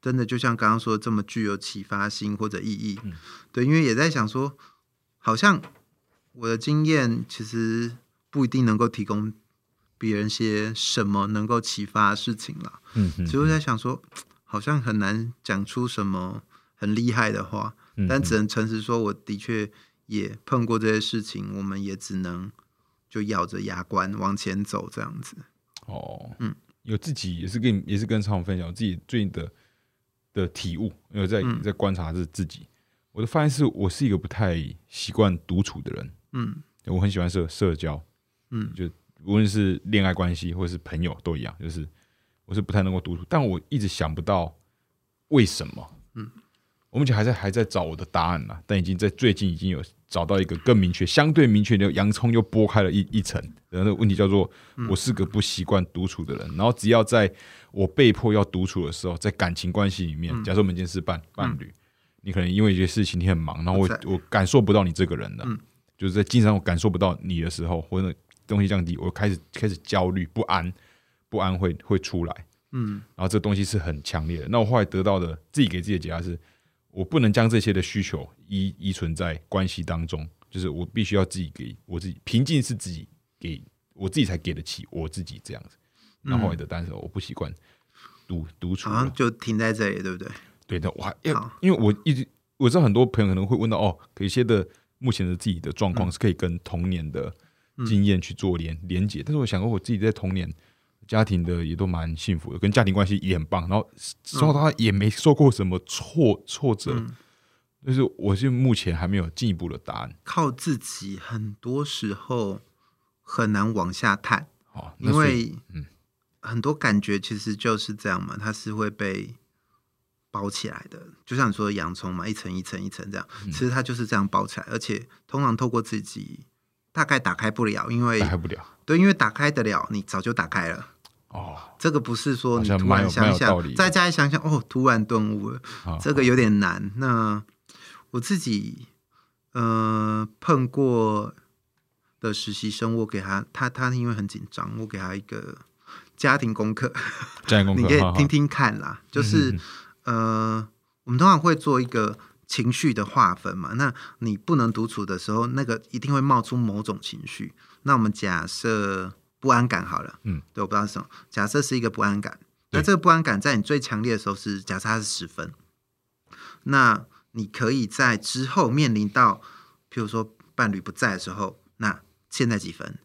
S2: 真的就像刚刚说的这么具有启发性或者意义？
S1: 嗯
S2: 对，因为也在想说，好像我的经验其实不一定能够提供别人些什么能够启发的事情啦。
S1: 嗯嗯
S2: 所以我在想说，好像很难讲出什么很厉害的话，
S1: 嗯
S2: 但只能诚实说，我的确也碰过这些事情，我们也只能就咬着牙关往前走这样子。
S1: 哦，嗯
S2: 嗯，
S1: 有自己也是跟你也是跟常常分享我自己最近的的体悟，有在
S2: 嗯
S1: 在观察着自己，我的发现是我是一个不太习惯独处的人，
S2: 嗯
S1: 我很喜欢社社交，
S2: 嗯
S1: 就无论是恋爱关系或是朋友都一样，就是我是不太能够独处，但我一直想不到为什么，嗯
S2: 嗯，
S1: 我目前还在还在找我的答案呢，但已经在最近已经有找到一个更明确、相对明确的洋葱又剥开了一一层，然后那个问题叫做
S2: 嗯
S1: 我是个不习惯独处的人，然后只要在我被迫要独处的时候，在感情关系里面，
S2: 嗯
S1: 假设我们今天是伴伴侣。你可能因为一些事情你很忙，然后我
S2: 我在
S1: 我感受不到你这个人了，
S2: 嗯
S1: 就是在经常我感受不到你的时候，或者东西降低，我开始开始焦虑不安，不安会会出来，
S2: 嗯
S1: 然后这东西是很强烈的。那我后来得到的自己给自己的解答是，我不能将这些的需求依依存在关系当中，就是我必须要自己给我自己平静是自己给我自己才给得起我自己这样子。然后后来的单身，我不习惯独独处
S2: 好
S1: 了，
S2: 像就停在这里，对不对？
S1: 对的，我还要
S2: 好，
S1: 因为我一直我知道很多朋友可能会问到哦，有一些的目前的自己的状
S2: 嗯
S1: 况是可以跟童年的经验去做连连接，但是我想过我自己在童年家庭的也都蛮幸福的，跟家庭关系也很棒，然后生活当中也没受过什么挫挫折，
S2: 嗯
S1: 但是我是目前还没有进一步的答案。
S2: 靠自己，很多时候很难往下探，
S1: 哦，那
S2: 因
S1: 所以
S2: 为很多感觉其实就是这样嘛，它是会被包起来的，就像你说的洋葱嘛，一层一层一层这样，
S1: 嗯
S2: 其实它就是这样包起来，而且通常透过自己大概打开不了，因为
S1: 打开不了
S2: 对，因为打开得了，你早就打开了。
S1: 哦，
S2: 这个不是说你
S1: 好像
S2: 突
S1: 蛮
S2: 然
S1: 有蛮
S2: 想
S1: 有道理的
S2: 想，在家里想想，哦，突然顿悟了，
S1: 啊
S2: 这个有点难。那我自己，呃，碰过的实习生，我给他，他他因为很紧张，我给他一个家庭功课，
S1: 家庭功
S2: 你
S1: 课
S2: 可以
S1: 哈哈嗯
S2: 听听看啦。就是、呃，我们通常会做一个情绪的划分嘛。那你不能独处的时候，那个一定会冒出某种情绪。那我们假设不安感好了，
S1: 嗯，
S2: 对，我不知道是什么，假设是一个不安感。
S1: 对
S2: 那这个不安感在你最强烈的时候是，假设它是十分，那你可以在之后面临到，譬如说伴侣不在的时候，那现在几分？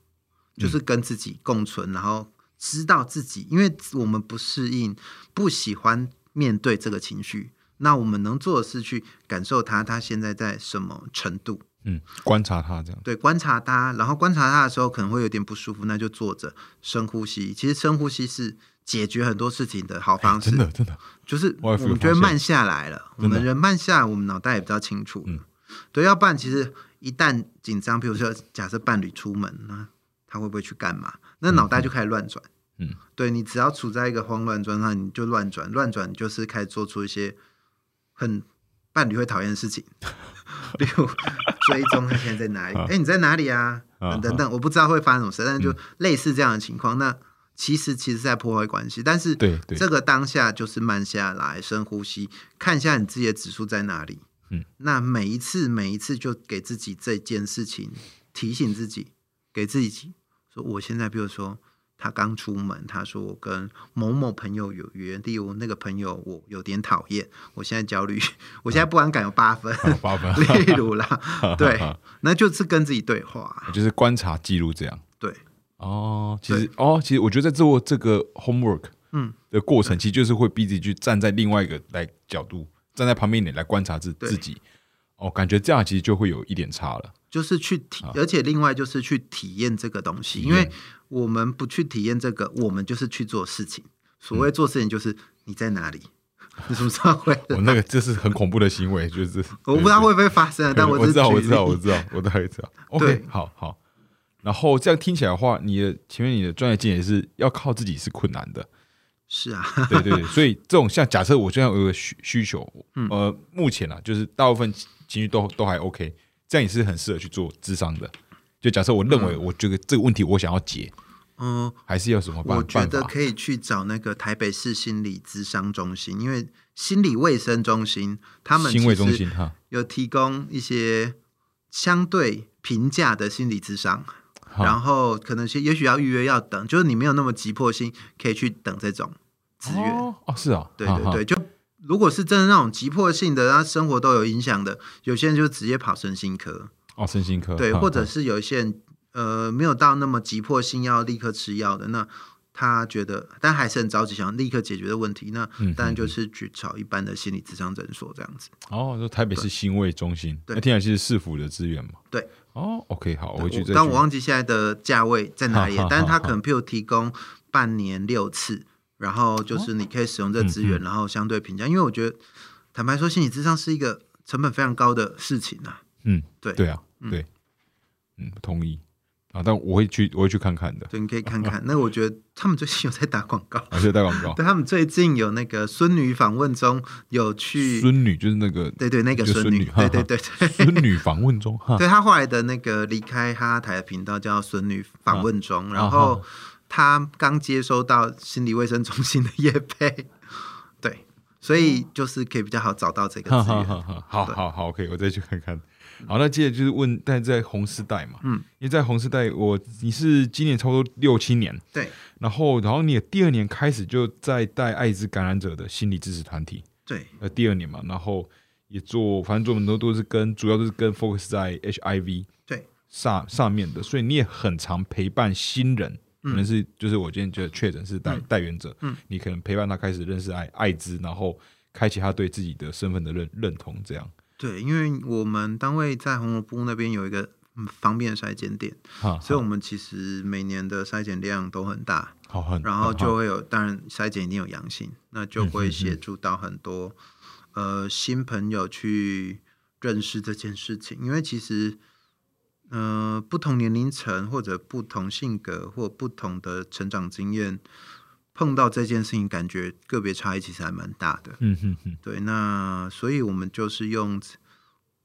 S2: 就是跟自己共存，然后知道自己，因为我们不适应、不喜欢面对这个情绪，那我们能做的是去感受它，它现在在什么程度。
S1: 嗯观察他这样，
S2: 对，观察它，然后观察它的时候可能会有点不舒服，那就坐着深呼吸。其实深呼吸是解决很多事情的好方式，
S1: 哎真的真的
S2: 就是
S1: 我
S2: 我
S1: 也发
S2: 们觉得
S1: 现
S2: 慢下来了，我
S1: 真的
S2: 们人慢下来，我们脑袋也比较清楚了。对，要不然其实一旦紧张，比如说假设伴侣出门那他会不会去干嘛？那脑袋就开始乱转。
S1: 嗯，
S2: 对你只要处在一个慌乱状态，你就乱转，乱转你就是开始做出一些很伴侣会讨厌的 事情，例如追踪他现在在哪里，哎、你在哪里啊？
S1: 啊嗯
S2: 等等等，我不知道会发生什么事，但是就类似这样的情况，那其实其实在破坏关系，但是
S1: 对对
S2: 这个当下就是慢下来，深呼吸，看一下你自己的指数在哪里。
S1: 嗯，
S2: 那每一次每一次就给自己这件事情提醒自己，给自己说，我现在比如说他刚出门，他说我跟某某朋友有约，例如那个朋友我有点讨厌，我现在焦虑， 我现在不安感有 八分，
S1: 好八分啊
S2: 例如啦， 对，那就是跟自己对话，
S1: 就是观察记录这样。
S2: 对，
S1: 哦，其实哦，其实我觉得在做这个 homework
S2: 嗯
S1: 的过程，其实就是会逼自己去站在另外一个来角度，站在旁边一点来观察自
S2: 对
S1: 自己。哦，感觉这样其实就会有一点差了。
S2: 就是去体，
S1: 啊
S2: 而且另外就是去体验这个东西，因为我们不去体验这个，我们就是去做事情。所谓做事情，就是你在哪里，你什么时候回
S1: 我
S2: 来？
S1: 哦那个这是很恐怖的行为，就是
S2: 我不知道会不会发生啊，但
S1: 我
S2: 只是
S1: 知道，我
S2: 举
S1: 知道，
S2: 例
S1: 我知道，我大概知道。OK，
S2: 对
S1: 好好。然后这样听起来的话，你的前面你的专业经验是要靠自己是困难的，
S2: 是啊，
S1: 对对对。所以这种像假设我现在有个需需求，
S2: 嗯
S1: 呃，目前啊，就是大部分情绪都都还 OK，这样也是很适合去做智商的。就假设我认为我这个这个问题我想要解，
S2: 嗯，
S1: 还是要什么办
S2: 我觉
S1: 办
S2: 得
S1: 法？
S2: 可以去找那个台北市心理咨商中心，因为心理卫生中心他们
S1: 行为中
S2: 其实
S1: 心哈，
S2: 有提供一些相对平价的心理咨商，
S1: 好
S2: 然后可能是也许要预约要等，就是你没有那么急迫性，可以去等这种资源。
S1: 哦哦是啊，
S2: 对
S1: 哈
S2: 对
S1: 哈
S2: 对，就如果是真的那种急迫性的，然后生活都有影响的，有些人就直接跑身心科，
S1: 哦身心科
S2: 对，
S1: 哈
S2: 或者
S1: 哈
S2: 是有一些人呃没有到那么急迫性要立刻吃药的，那他觉得但还是很着急想立刻解决的问题，那
S1: 嗯嗯
S2: 当然就是去找一般的心理咨商诊所这样子。
S1: 哦，就台北市新卫中心，那
S2: 对
S1: 听起来其实市府的资源嘛。
S2: 对。
S1: 哦，OK，好，我回去
S2: 我
S1: 再去。
S2: 但我忘记现在的价位在哪里
S1: 好好，
S2: 但是他
S1: 好
S2: 可能譬如提供半年六次，然后
S1: 哦
S2: 就是你可以使用这
S1: 嗯
S2: 资源，然后相对平价，因为我觉得坦白说，心理咨商是一个成本非常高的事情啊。
S1: 嗯，
S2: 对
S1: 对啊，对，嗯，同意啊，但我会去，我会去看看的。啊
S2: 对，你可以看看。那我觉得他们最近有在打广 告，
S1: 而且带广告，
S2: 对他们最近有那个孙女访问中有去，
S1: 孙女就是那个
S2: 对对，那个
S1: 一个
S2: 孙
S1: 孙
S2: 女，
S1: 女哈哈
S2: 对对对 对。
S1: 孙女访问中哈，
S2: 对他后来的那个离开哈哈台的频道叫“孙女访问中”，
S1: 啊
S2: 然后他刚接收到心理卫生中心的业配， 对，所以就是可以比较好找到这个
S1: 哈
S2: 资
S1: 哈
S2: 源。
S1: 哈哈，好
S2: 对
S1: 好好，OK，我再去看看。好，那接着就是问，但在红丝带嘛，
S2: 嗯，
S1: 因为在红丝带，我你是今年差不多六七年，
S2: 对
S1: 然后然后你也第二年开始就在带艾滋感染者的心理支持团体，
S2: 对
S1: 呃第二年嘛，然后也做，反正做很多都是跟主要都是跟 focus 在 HIV
S2: 对，
S1: 上上面的，所以你也很常陪伴新人，可能是就是我今天觉得确诊是带带源者，
S2: 嗯
S1: 你可能陪伴他开始认识艾艾滋，然后开启他对自己的身份的认认同，这样
S2: 对，因为我们单位在红萝卜那边有一个嗯方便筛检点，
S1: 哈，
S2: 所以我们其实每年的筛检量都很大，
S1: 好很，
S2: 然后
S1: 好嗯
S2: 就会有，当然筛检一定有阳性，那就会协助到很多呃新朋友去认识这件事情，因为其实呃不同年龄层或者不同性格或不同的成长经验，碰到这件事情，感觉个别差异其实还蛮大的。
S1: 嗯哼哼，
S2: 对，那所以我们就是用，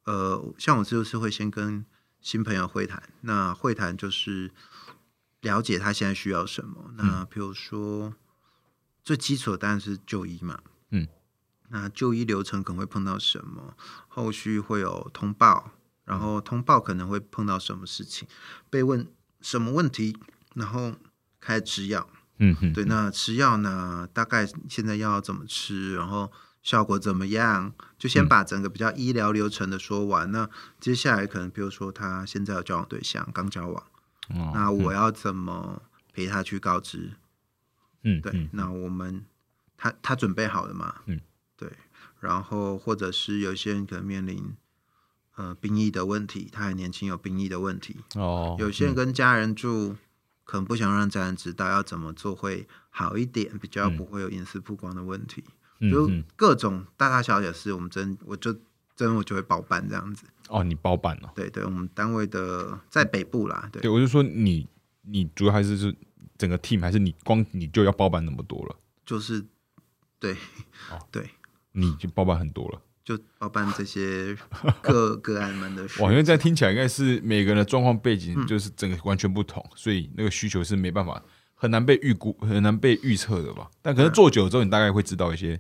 S2: 呃，像我就是会先跟新朋友会谈，那会谈就是了解他现在需要什么。那
S1: 嗯
S2: 比如说最基础的当然是就医嘛，
S1: 嗯，
S2: 那就医流程可能会碰到什么，后续会有通报，然后通报可能会碰到什么事情，被问什么问题，然后开始吃药，
S1: 嗯哼，
S2: 对，那吃药呢，大概现在要怎么吃，然后效果怎么样，就
S1: 嗯
S2: 先把整个比较医疗流程的说完。那接下来可能比如说他现在有交往对象，刚交往，
S1: 哦
S2: 那我要怎么陪他去告知？
S1: 嗯
S2: 对，
S1: 嗯
S2: 那我们他他准备好了吗？
S1: 嗯，
S2: 对。然后或者是有些人可能面临呃兵役的问题，他还年轻有兵役的问题，
S1: 哦，
S2: 有些人跟家人住，可能不想让家人知道，要怎么做会好一点，比较不会有隐私曝光的问题。
S1: 嗯
S2: 就
S1: 嗯
S2: 各种大大小小事，我们真我就真我就会包办这样子。
S1: 哦，你包办了，
S2: 对对，我们单位的在北部啦，对
S1: 对我就说你你主要还是是整个 team 还是你光你就要包办那么多了，
S2: 就是对、
S1: 哦
S2: 对，
S1: 你就包办很多了。
S2: 就包办这些个个案们的 事
S1: 哇，。因为这样听起来应该是每个人的状况背
S2: 嗯
S1: 景就是整个完全不同，所以那个需求是没办法很难被预估、很难被预测的吧？但可
S2: 嗯
S1: 能做久了之后，你大概会知道一些，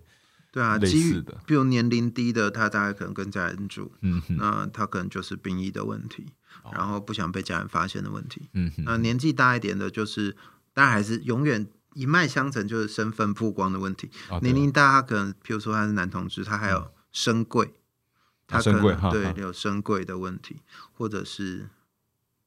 S2: 对啊，
S1: 类
S2: 基
S1: 似
S2: 于
S1: 的
S2: 比如年龄低的，他大概可能跟家人住，
S1: 嗯哼，哦
S2: 那他可能就是兵役的问题，然后不想被家人发现的问题。
S1: 嗯哼，
S2: 那年纪大一点的，就是当然还是永远一脉相承，就是身份曝光的问题。
S1: 啊对
S2: 年龄大，他可能，譬如说他是男同志，他还有身贵，
S1: 嗯
S2: 他可
S1: 啊身
S2: 能
S1: 贵哈哈
S2: 对有身贵的问题，或者是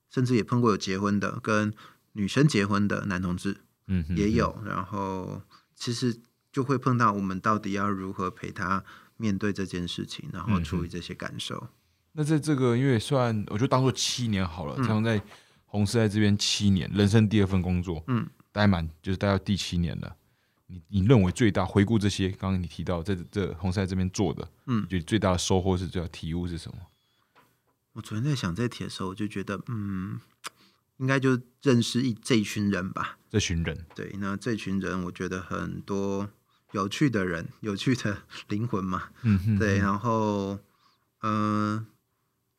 S2: 甚至也碰过有结婚的跟女生结婚的男同志
S1: 嗯哼
S2: 也有，然后其实就会碰到我们到底要如何陪他面对这件事情，然后
S1: 嗯
S2: 处
S1: 哼
S2: 理这些感受。
S1: 那在这个，因为算我就当做七年好了，
S2: 嗯
S1: 这样在红丝在这边七年，人生第二份工作，
S2: 嗯，
S1: 待满就是待到第七年了。你你认为最大回顾这些，刚刚你提到在这红丝在这边做的，
S2: 嗯
S1: 你觉得最大的收获是最大的体悟是什么？
S2: 我昨天在想这题的时候，我就觉得，嗯，应该就认识一这一群人吧。
S1: 这群人，
S2: 对，那这群人，我觉得很多有趣的人，有趣的 灵魂嘛。
S1: 嗯哼，
S2: 对，然后，嗯、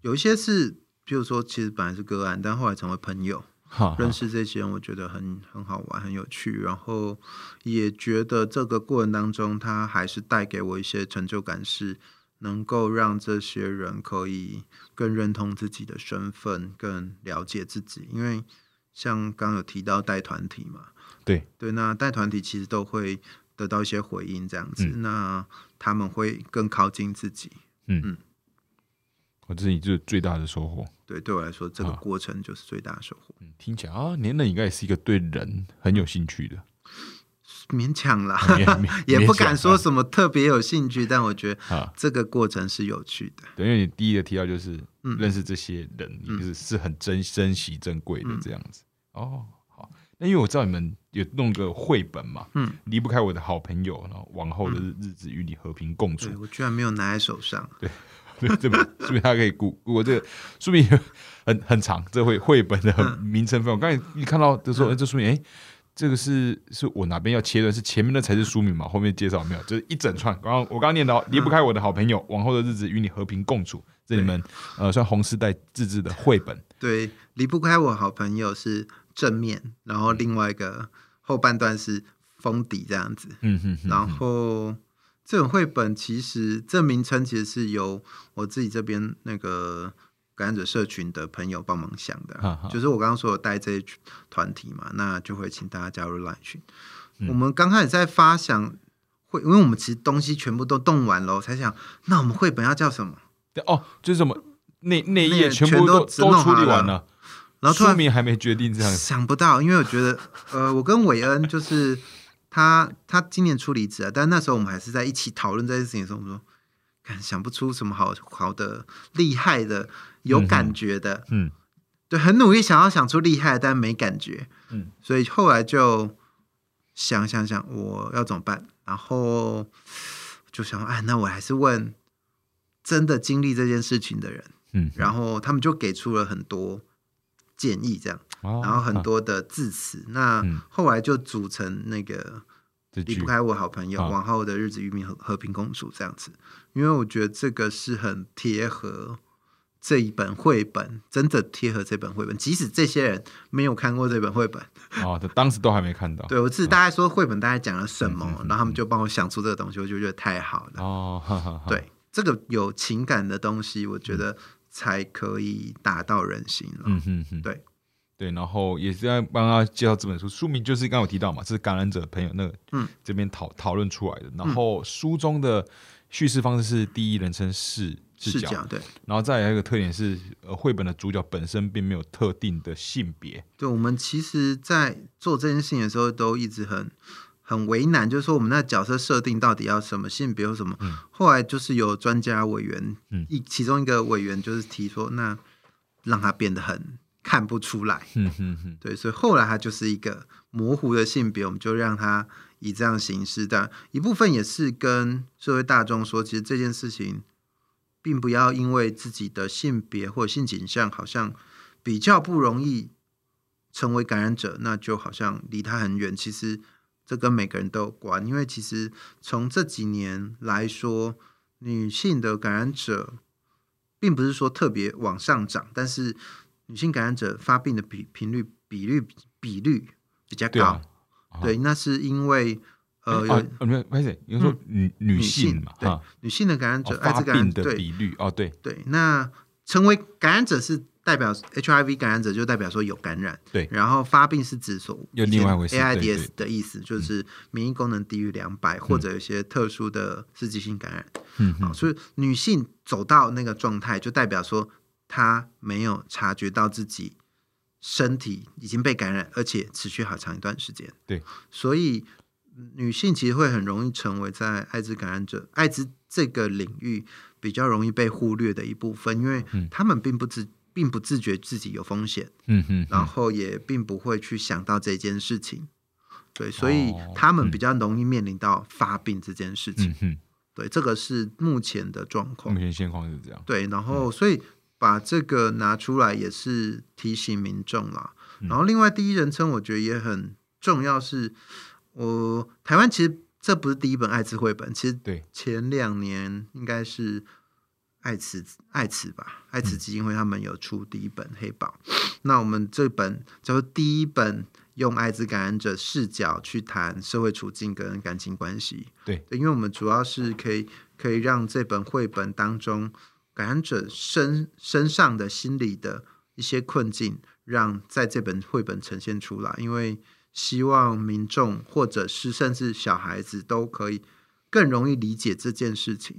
S2: 有一些是，譬如说，其实本来是个案，但后来成为朋友。
S1: 哈，
S2: 认识这些人，我觉得很很好玩，很有趣，然后也觉得这个过程当中，它还是带给我一些成就感，是能够让这些人可以更认同自己的身份，更了解自己。因为像刚有提到带团体嘛，
S1: 对
S2: 对，那带团体其实都会得到一些回应，这样子，
S1: 嗯
S2: 那他们会更靠近自己。
S1: 我哦这是你最最大的收获。
S2: 对，对我来说，这个
S1: 好
S2: 过程就是最大的收获。
S1: 嗯，听起来啊，年人应该也是一个对人很有兴趣的，
S2: 哦勉强啦，
S1: 也
S2: 也不敢说
S1: 么
S2: 什么特别有兴趣，但我觉得
S1: 啊。
S2: 这个过程是有趣的。
S1: 对，因为你第一个提到就是
S2: 嗯
S1: 认识这些人，
S2: 嗯
S1: 你是是很珍珍惜珍贵的
S2: 嗯
S1: 这样子。哦，好，那因为我知道你们有弄个绘本嘛，
S2: 嗯，
S1: 离不开我的好朋友，然后往后的日日子与你和平共处
S2: 对，我居然没有拿在手上。
S1: 对这本说明大家可以估估我这个，说明很很长，这会绘本的
S2: 嗯
S1: 很名称分。我刚才一看到就说，哎，这说明哎。这个是是我哪边要切断？是前面的才是书名嘛？后面介绍没有？就是一整串。刚刚我刚刚念
S2: 嗯
S1: 到，离不开我的好朋友，往后的日子与你和平共处。这你们呃算红丝带自制的绘本，
S2: 对，离不开我好朋友是正面，然后另外一个后半段是封底这样子。
S1: 嗯哼哼，
S2: 然后这本绘本其实这名称其实是由我自己这边那个感染者社群的朋友帮忙想的
S1: 哈
S2: 啊
S1: 哈，
S2: 就是我刚刚说有带这一群团体嘛，那就会请大家加入 LINE 群。
S1: 嗯
S2: 我们刚开始在发想会，因为我们其实东西全部都动完了，才想那我们绘本要叫什么，
S1: 对哦，就是什么内内
S2: 内
S1: 页
S2: 页
S1: 全
S2: 全
S1: 部
S2: 都
S1: 都
S2: 整弄
S1: 处理
S2: 好
S1: 完
S2: 了
S1: 了，
S2: 然后
S1: 书
S2: 突然
S1: 名还没决定这样子。
S2: 想不到，因为我觉得， 呃，我跟韦恩就是他，他今年出离职啊，但那时候我们还是在一起讨论这件事情的时候，我们说，看想不出什么好好的、厉害的、有感觉的，
S1: 嗯
S2: 对，很努力想要想出厉害，但没感觉，
S1: 嗯，
S2: 所以后来就想想想我要怎么办，然后就想，哎，那我还是问真的经历这件事情的人，
S1: 嗯，
S2: 然后他们就给出了很多建议，这样。
S1: 后
S2: 然后很多的字词，
S1: 哦嗯
S2: 那后来就组成那个离不开我好朋友，
S1: 啊
S2: 往后的日子与民和和平共处这样子，因为我觉得这个是很贴合这一本绘本，真的贴合这本绘本，即使这些人没有看过这本绘本，
S1: 啊，他当时都还没看到。
S2: 对我自己大概说绘本大概讲了什么
S1: 嗯嗯，嗯
S2: 然后他们就帮我想出这个东西，我就觉得太好了。
S1: 哦， 哈哈哈
S2: 对，这个有情感的东西，我觉得才可以打到人心了。
S1: 嗯哼哼，
S2: 对
S1: 对，然后也是要帮他介绍这本书，书名就是刚刚有提到嘛，是感染者朋友那个
S2: 嗯
S1: 这边讨讨论出来的。然后书中的叙事方式是第一人称视视
S2: 是
S1: 角，
S2: 这样，对，
S1: 然后再来一个特点是，呃，绘本的主角本身并没有特定的性别。
S2: 对，我们其实，在做这件事情的时候，都一直很很为难，就是说我们那角色设定到底要什么性别或什么。后来就是有专家委员，
S1: 嗯
S2: 一其中一个委员就是提说，那让他变得很看不出来。
S1: 哼嗯哼哼，
S2: 对，所以后来他就是一个模糊的性别，我们就让他以这样形式。但一部分也是跟社会大众说，其实这件事情并不要因为自己的性别或性倾向好像比较不容易成为感染者，那就好像离他很远。其实这跟每个人都有关，因为其实从这几年来说，女性的感染者并不是说特别往上涨，但是女性感染者发病的比频率比率比率比较
S1: 对
S2: 高
S1: 啊。，啊
S2: 对，那是因为呃，有嗯
S1: 啊，啊没有，不好意思，你说女女
S2: 女
S1: 性嘛，
S2: 对
S1: 哈，
S2: 女性的感染者
S1: 哦，
S2: 艾
S1: 发
S2: 滋感染
S1: 病
S2: 者，
S1: 的
S2: 对
S1: 比率哦，对，
S2: 对，那成为感染者是代表 HIV 感染者就代表说有感染，
S1: 对
S2: 然后发病是指所
S1: 又另外一回事
S2: AIDS
S1: 对对嗯
S2: 的意思就是免疫功能低于两百、或者有一些特殊的刺激性感染。
S1: 嗯
S2: 好，
S1: 哼，
S2: 所以女性走到那个状态，就代表说她没有察觉到自己身体已经被感染，而且持续好长一段时间。
S1: 对，
S2: 所以嗯女性其实会很容易成为在艾滋感染者、艾滋这个领域比较容易被忽略的一部分，因为
S1: 嗯
S2: 她们并不自并不自觉自己有风险，
S1: 嗯哼，
S2: 然后也并不会去想到这件事情。对，所以
S1: 哦
S2: 她们
S1: 嗯
S2: 比较容易面临到发病这件事情。
S1: 嗯哼，
S2: 对，这个是目前的状况
S1: 目。前现况是这样，
S2: 对，然后所以把这个拿出来也是提醒民众啦。
S1: 嗯
S2: 然后另外第一人称我觉得也很重要是，我台湾其实这不是第一本艾滋绘本，其实
S1: 对
S2: 前两年应该是爱慈爱慈吧，爱
S1: 嗯
S2: 慈基金会他们有出第一本黑宝， 那我们这本叫做第一本。用艾滋感染者视角去谈社会处境跟感情关系，
S1: 对，
S2: 因为我们主要是可以可以让这本绘本当中感染者身身上的心理的一些困境，让在这本绘本呈现出来。因为希望民众或者是甚至小孩子都可以更容易理解这件事情。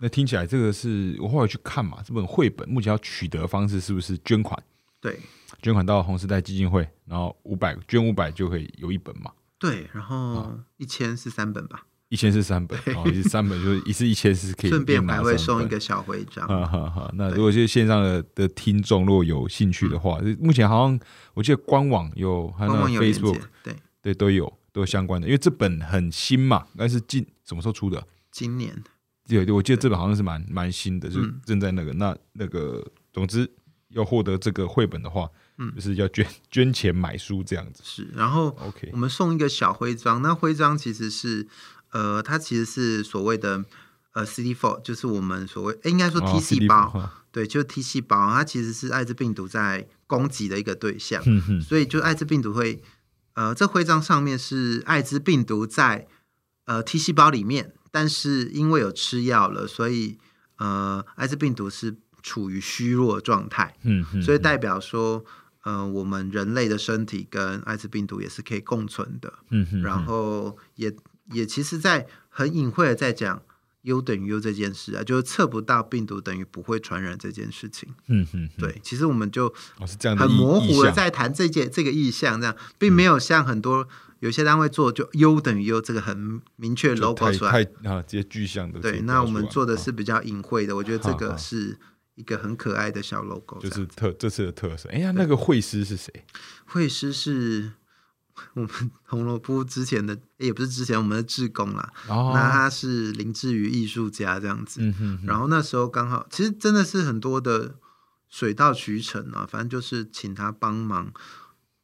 S1: 那听起来这个是我后来去看嘛，这本绘本目前要取得方式是不是捐款？
S2: 对
S1: 捐款到红时代基金会，然后五百捐五百就可以有一本嘛，
S2: 对，然
S1: 哦
S2: 后一千是三本吧，
S1: 一千是三本，哦，一次三本就是一次一千是可以
S2: 顺便
S1: 拿
S2: 还会
S1: 三
S2: 送一
S1: 本
S2: 个小徽章。
S1: 哈哈哈，那如果是线上的的听众，如果有兴趣的话，目前好像我记得官网有，还有
S2: 嗯官
S1: 那
S2: 网有连
S1: Facebook
S2: 接，对，
S1: 对都有都有相关的，因为这本很新嘛，但是近什么时候出的？
S2: 今年
S1: 对，对我记得这本好像是蛮蛮新的，就
S2: 嗯
S1: 正在那个那那个，总之要获得这个绘本的话，
S2: 嗯
S1: 就是要捐捐钱买书这样子。
S2: 是，然后
S1: OK，
S2: 我们送一个小徽章，那徽章其实是，呃，它其实是所谓的呃 CD four，就是我们所谓，诶应该说 T
S1: 哦
S2: 细胞，，
S1: CD
S2: 对，就是 T 细胞，它其实是艾滋病毒在攻击的一个对象，
S1: 嗯哼，
S2: 所以就艾滋病毒会，呃，这徽章上面是艾滋病毒在呃 T 细胞里面，但是因为有吃药了，所以呃，艾滋病毒是处于虚弱状态，
S1: 嗯哼，
S2: 所以代表说，呃，我们人类的身体跟艾滋病毒也是可以共存的。
S1: 嗯哼，
S2: 然后也也其实，在很隐晦的在讲 U 等于 U 这件事啊，就是测不到病毒等于不会传染这件事情。
S1: 嗯哼，嗯，
S2: 对，其实我们就
S1: 哦是这样的意
S2: 很模糊的
S1: 意向嗯
S2: 在谈这件这个意向，这样并没有像很多有些单位做就 U 等于 U 这个很明确的
S1: 就
S2: logo
S1: 太
S2: 出来。
S1: 太啊，直接具象的。
S2: 对，那我们做的
S1: 是。
S2: 是比较隐晦的，我觉得这
S1: 哦好好
S2: 个是一个很可爱的小 logo 这
S1: 就
S2: 样。
S1: 是特这次的特色。哎呀，那个会师是谁？
S2: 会师是 我们红萝卜之前的，也不是之前我们的志工啦。
S1: 哦
S2: 那他是林志宇艺术家这样子。
S1: 嗯哼哼，
S2: 然后那时候刚好，其实真的是很多的水到渠成啊，反正就是请他帮忙，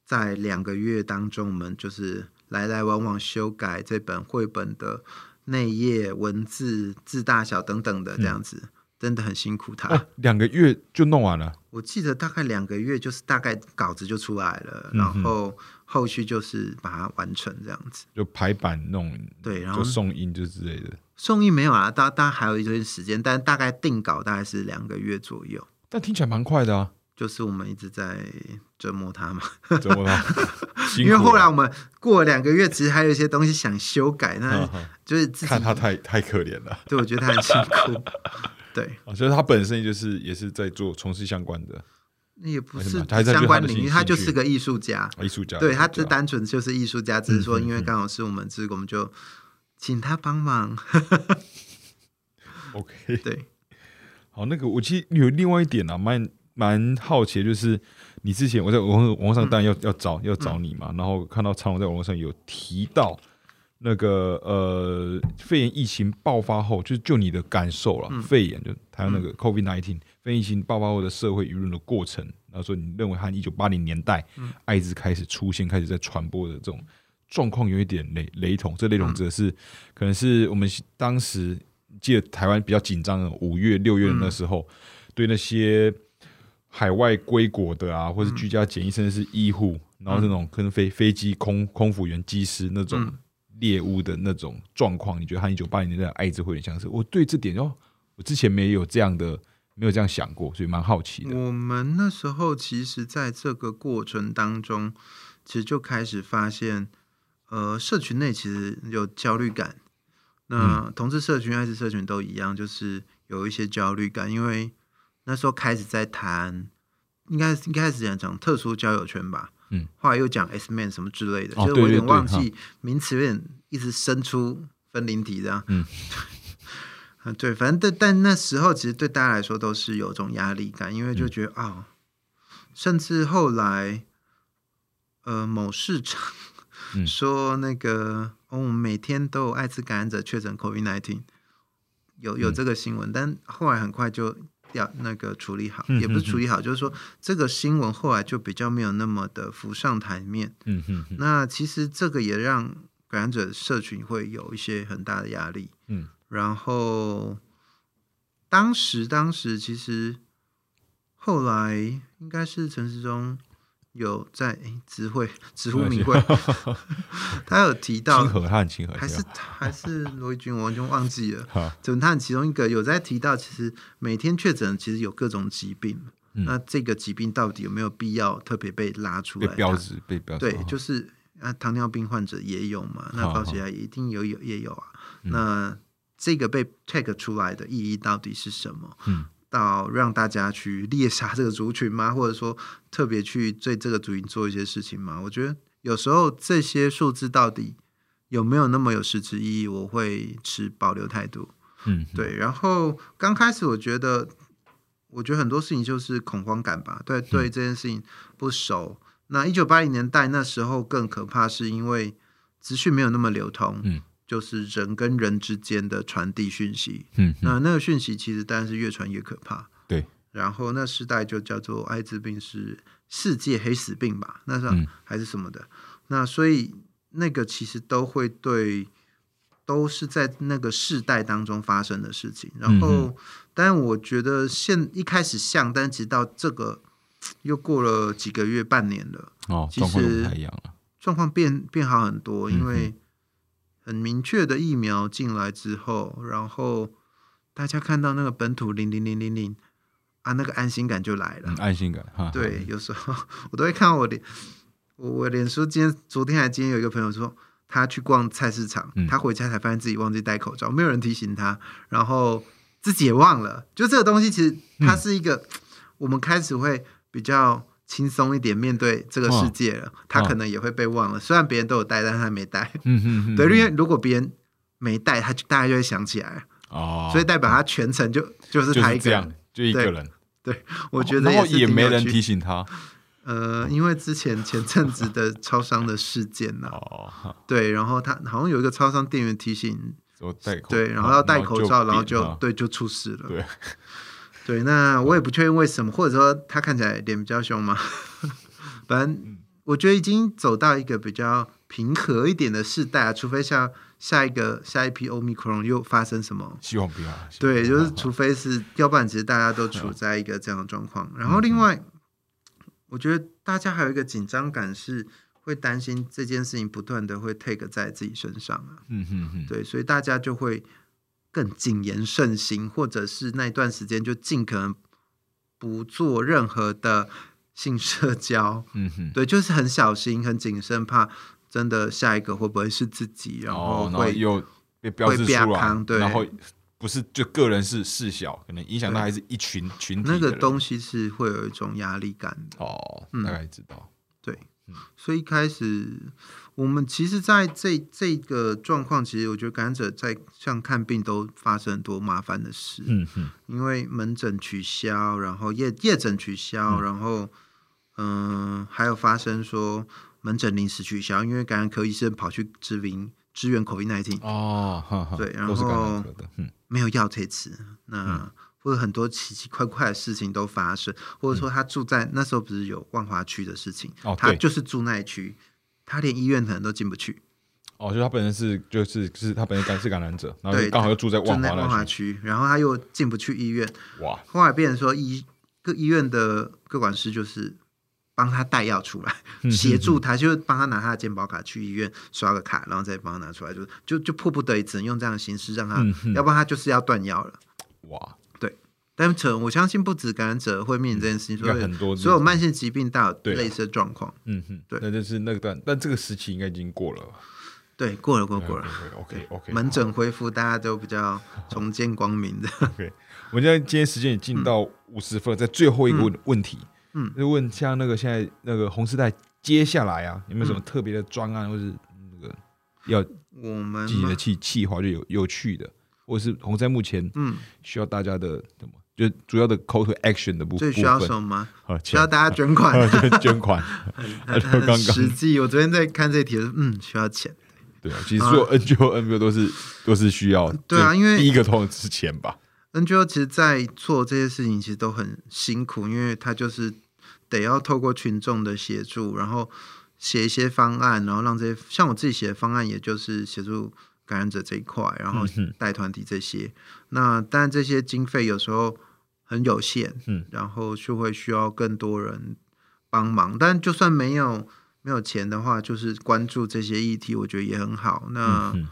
S2: 在两个月当中，我们就是来来往往修改这本绘本的内页、文字、字大小等等
S1: 嗯
S2: 的这样子，真的很辛苦他。
S1: 哦，两个月就弄完了。
S2: 我记得大概两个月，就是大概稿子就出来了，
S1: 嗯哼
S2: 然后后续就是把它完成这样子。
S1: 就排版弄，
S2: 对，然后
S1: 就送印就之类的。
S2: 送印没有啊，大大概还有一段时间，但大概定稿大概是两个月左右。
S1: 但听起来蛮快的 啊，
S2: 就是我们一直在折磨他嘛，
S1: 怎么 了？辛
S2: 因
S1: 苦
S2: 为
S1: 了
S2: 后来我们过了两个月，其实还有一些东西想修改，那
S1: 哈哈
S2: 就是自己
S1: 看他太太可怜了
S2: 对我觉得他很辛苦， 对，
S1: 啊，所以他本身就是也是在做从事相关的
S2: 那也不
S1: 还是
S2: 是
S1: 蛮还是
S2: 相关
S1: 他的
S2: 领域，
S1: 兴
S2: 他就
S1: 兴
S2: 是
S1: 趣
S2: 个艺术家，
S1: 艺术家。
S2: 对他
S1: 这
S2: 这单纯就是艺术家，只是说
S1: 嗯
S2: 因为刚好是我们这个，我们就请他帮忙。
S1: OK。
S2: 对，
S1: 好，那个我其实有另外一点啊，蛮蛮好奇的，就是你之前我在网网上当然要、
S2: 嗯
S1: 要找要找你嘛，然后看到长龙在网络上有提到那个呃肺炎疫情爆发后，就是就你的感受
S2: 嗯
S1: 了，肺炎就还有那个 COVID nineteen 肺炎疫情爆发后的社会舆论的过程，然后说你认为和一九八零年代艾滋开始出现、开始在传播的这种状况有一点雷雷同，这雷
S2: 嗯
S1: 同指的是、可能是我们当时记得台湾比较紧张的五月、六月的那时
S2: 嗯
S1: 候，对那些海外归国的啊，或
S2: 嗯
S1: 者居家检疫，甚至是医护，然后这种跟飞飞机空空服员、机师那种
S2: 嗯
S1: 猎物的那种状况，你觉得和一九八零年代的艾滋会有点相似？我对这点哦，我之前没有这样的没有这样想过，所以蛮好奇的。嗯
S2: 我们那时候其实在这个过程当中，其实就开始发现，呃，社群内其实有焦虑感。那同志社群、爱滋社群都一样，就是有一些焦虑感，因为那时候开始在谈，应该一开始讲讲特殊交友圈吧，
S1: 嗯，
S2: 后来又讲 S man 什么之类的，
S1: 哦
S2: 就是
S1: 对
S2: 我有
S1: 对
S2: 点
S1: 对
S2: 忘
S1: 哈
S2: 记名词，有点一直生出分灵体这样，
S1: 嗯
S2: 啊，对，反正但但那时候其实对大家来说都是有种压力感，因为
S1: 嗯
S2: 就觉得啊、甚至后来，呃，某市场
S1: 嗯
S2: 说那个、哦，我们每天都有艾滋感染者确诊 COVID-19，有有
S1: 嗯
S2: 这个新闻，但后来很快就要那个处理好，
S1: 嗯
S2: 也不是
S1: 嗯
S2: 处理好，就是说这个新闻后来就比较没有那么的浮上台面。
S1: 嗯哼哼，
S2: 那其实这个也让感染者社群会有一些很大的压力。
S1: 嗯，
S2: 然后当时当时其实后来应该是陈时中有在诶知会知乎 明会，他有提
S1: 亲
S2: 到。
S1: 和他很亲和，
S2: 还是
S1: 对吧
S2: 还是罗一军，我完全忘记了。
S1: 好，
S2: 总探其中一个有在提到，其实每天确诊其实有各种疾病，
S1: 嗯
S2: 那这个疾病到底有没有必要特别被拉出
S1: 被
S2: 来？
S1: 标志被标志，
S2: 对，
S1: 哦
S2: 就是啊，糖尿病患者也有嘛，那
S1: 好
S2: 高
S1: 好嗯
S2: 血压一定有有也有啊。那这个被 tag 出来的意义到底是什么？
S1: 嗯，
S2: 到让大家去猎杀这个族群吗？ 或者说特别去对这个族群做一些事情吗？我觉得有时候这些数字到底有没有那么有实质意义，我会持保留态度。
S1: 嗯，哼
S2: 对，然后刚开始我觉得，我觉得很多事情就是恐慌感吧，对对这件事情不熟。那一九八零年代那时候更可怕，是因为资讯没有那么流通，
S1: 嗯，
S2: 就是人跟人之间的传递讯息。
S1: 嗯哼
S2: 那那个讯息其实当然是越传越可怕。
S1: 对，
S2: 然后那时代就叫做艾滋病是世界黑死病吧，那时候
S1: 嗯
S2: 还是什么的。那所以那个其实都会对，都是在那个世代当中发生的事情。然后，
S1: 嗯
S2: 但我觉得现一开始像，但直到这个又过了几个月、半年了，
S1: 哦，
S2: 其
S1: 状况
S2: 实
S1: 又不太一样了，
S2: 状况变变好很
S1: 嗯
S2: 多，因为很明确的疫苗进来之后，然后大家看到那个本土零零零零零啊，那个安心感就来了。
S1: 嗯，安心感，哈，
S2: 对，有时候 我都会看到我脸，我我脸书今天、昨天还今天有一个朋友说，他去逛菜市场，
S1: 嗯
S2: 他回家才发现自己忘记戴口罩，没有人提醒他，然后自己也忘了。就这个东西，其实
S1: 嗯
S2: 它是一个、我们开始会比较轻松一点面对这个
S1: 哦
S2: 世界了。他可能也会被忘了，虽然别人都有戴，但他没戴。
S1: 嗯哼哼，
S2: 对，因为如果别人没戴，他就大家就会想起来，
S1: 哦，
S2: 所以代表他全程就就是
S1: 就
S2: 他
S1: 是
S2: 一
S1: 这
S2: 个人
S1: 样。，就一个
S2: 对
S1: 人，
S2: 我觉得
S1: 然后
S2: 是
S1: 也
S2: 挺
S1: 没
S2: 有
S1: 人
S2: 趣的
S1: 提醒他，
S2: 呃，因为之前前阵子 的超商的事件呐、
S1: 哦，哈
S2: 对，然后他好像有一个超商店员提醒，
S1: 我戴口，
S2: 对，然后要戴口罩，然后
S1: 变
S2: 就
S1: 啊
S2: 对就出事了。
S1: 对，
S2: 对，那我也不确定为什么，或者说他看起来脸比较凶嘛， 反正我觉得已经走到一个比较平和一点的世代啊，除非像下一个下一批 Omicron 又发生什么
S1: 希望不要啊，希望
S2: 对，
S1: 不要
S2: 就是除非是，要不然其实大家都
S1: 嗯
S2: 处在一个这样的状况。然后另外，我觉得大家还有一个紧张感是会担心这件事情不断的会 take 在自己身上啊，
S1: 嗯哼哼，
S2: 对，所以大家就会更谨言慎行，或者是那一段时间就尽可能不做任何的性社交，
S1: 嗯哼，
S2: 对，就是很小心、很谨慎，怕真的下一个会不会是自己，然后
S1: 哦然后
S2: 会
S1: 又被标
S2: 会
S1: 志
S2: 啪
S1: 出来
S2: 康，对
S1: 然后不是就个人是事小，可能影响到
S2: 对
S1: 还是一群群体
S2: 那个
S1: 的人
S2: 东西是会有一种压力感的。
S1: 哦，
S2: 嗯
S1: 大概知道，
S2: 所以一开始我们其实在这这个状况，其实我觉得感染者在像看病都发生很多麻烦的事，
S1: 嗯哼，
S2: 因为门诊取消，然后夜夜诊取消，然后嗯、还有发生说门诊临时取消，因为感染科医生跑去支援支援 COVID 19，
S1: 哦，哈哈，
S2: 对然
S1: 都是感染
S2: 后
S1: 科的，嗯
S2: 没有药可以吃，那或者很多奇奇怪怪的事情都发生，或者说他住在那时候不是有万华区的事情，
S1: 嗯哦
S2: 他
S1: 对
S2: 就是住那一区，他连医院可能都进不去，
S1: 哦，就是他本身是就是是他本身感是感染者，然后
S2: 对
S1: 刚好又住在
S2: 住
S1: 万
S2: 在
S1: 华
S2: 万华
S1: 那区，
S2: 区，然后他又进不去医院，
S1: 哇，
S2: 后来变成说医各医院的各管师就是帮他带药出来，
S1: 嗯
S2: 协助他，就是帮他拿他的健保卡去医院刷个卡，然后再帮他拿出来，就就就迫不得已只能用这样的形式让他，
S1: 嗯哼
S2: 要不然他就是要断药了。
S1: 哇，
S2: 对，但可我相信不止感染者会面临这件事情，
S1: 应该
S2: 所以
S1: 嗯很多
S2: 所有慢性疾病大有
S1: 对啊
S2: 类似的状况。
S1: 嗯哼，
S2: 对
S1: 那就是那个段，但这个时期应该已经过了吧。
S2: 对，过了过了过了。
S1: 啊 OK OK，
S2: 门诊恢复，大家都比较重见光 明的。
S1: OK，我们现在今天时间也进到五十分了，在最后一个问问题，
S2: 嗯，
S1: 就问像那个现在那个红丝带，接下来啊，有没有什
S2: 嗯
S1: 么特别的专案，或是那个要
S2: 我们
S1: 积极的
S2: 吗
S1: 计计划，就有有趣的，或是红丝带目前
S2: 嗯，
S1: 需要大家的什么？就主要的 call to action 的部
S2: 最
S1: 部
S2: 需要
S1: 分
S2: 什么？
S1: 啊，
S2: 需
S1: 钱
S2: 要大家 捐款。
S1: 就捐款，
S2: 很
S1: 就刚
S2: 很
S1: 刚
S2: 实际。我昨天在看这题的时候，嗯，需要钱。
S1: 对啊，其实所有 NGO、NPO 都是都是需要，
S2: 对啊
S1: 就
S2: 因为
S1: 第一个通常是钱吧，
S2: NGO 其实，在做这些事情其实都很辛苦，因为他就是得要透过群众的协助，然后写一些方案，然后让这些像我自己写的方案，也就是协助感染者这一块，然后带团体这些。那当然这些经费有时候很有限，
S1: 嗯，
S2: 然后就会需要更多人帮忙。但就算没有没有钱的话，就是关注这些议题，我觉得也很好。那、
S1: 嗯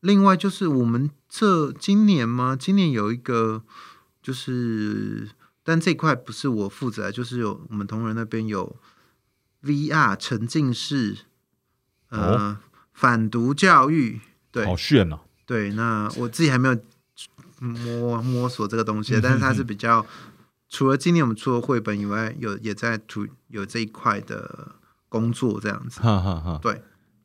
S2: 另外就是我们这今年吗？今年有一个就是，但这一块不是我负责，啊就是有我们同仁那边有 VR 沉浸式，呃，反毒教育。对
S1: 好炫哦，
S2: 对，那我自己还没有摸摸索这个东西，但是它是比较除了今年我们出的绘本以外，有也在图有这一块的工作这样子。
S1: 哈哈哈。
S2: 对，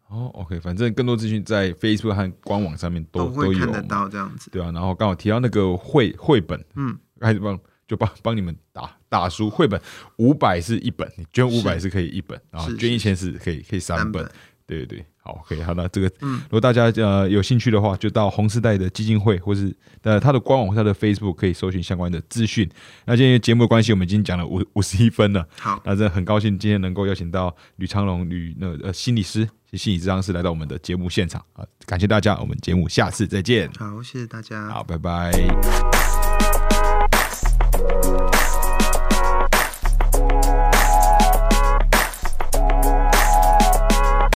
S1: 哦，OK，反正更多资讯在 Facebook 和官网上面都
S2: 都会
S1: 有
S2: 看得
S1: 嘛
S2: 到这样子。
S1: 对啊，然后刚好提到那个绘绘本，
S2: 嗯，
S1: 开始帮就帮帮你们打打书绘本，五百是一本，你捐五百是可以一本，然后
S2: 是
S1: 捐
S2: 是
S1: 一千是可以可以三
S2: 三
S1: 本
S2: 本，
S1: 对对对，好，OK，好，那这个，
S2: 嗯
S1: 如果大家呃有兴趣的话，就到红丝带的基金会或是呃它的官网或它的 Facebook 可以搜寻相关的资讯。那今天节目的关系，我们已经讲了五五十一分了，
S2: 好，
S1: 那真的很高兴今天能够邀请到吕昌龙吕那呃心理师、心理治疗师来到我们的节目现场啊、感谢大家，我们节目下次再见，
S2: 好，谢谢大家。
S1: 好，拜拜。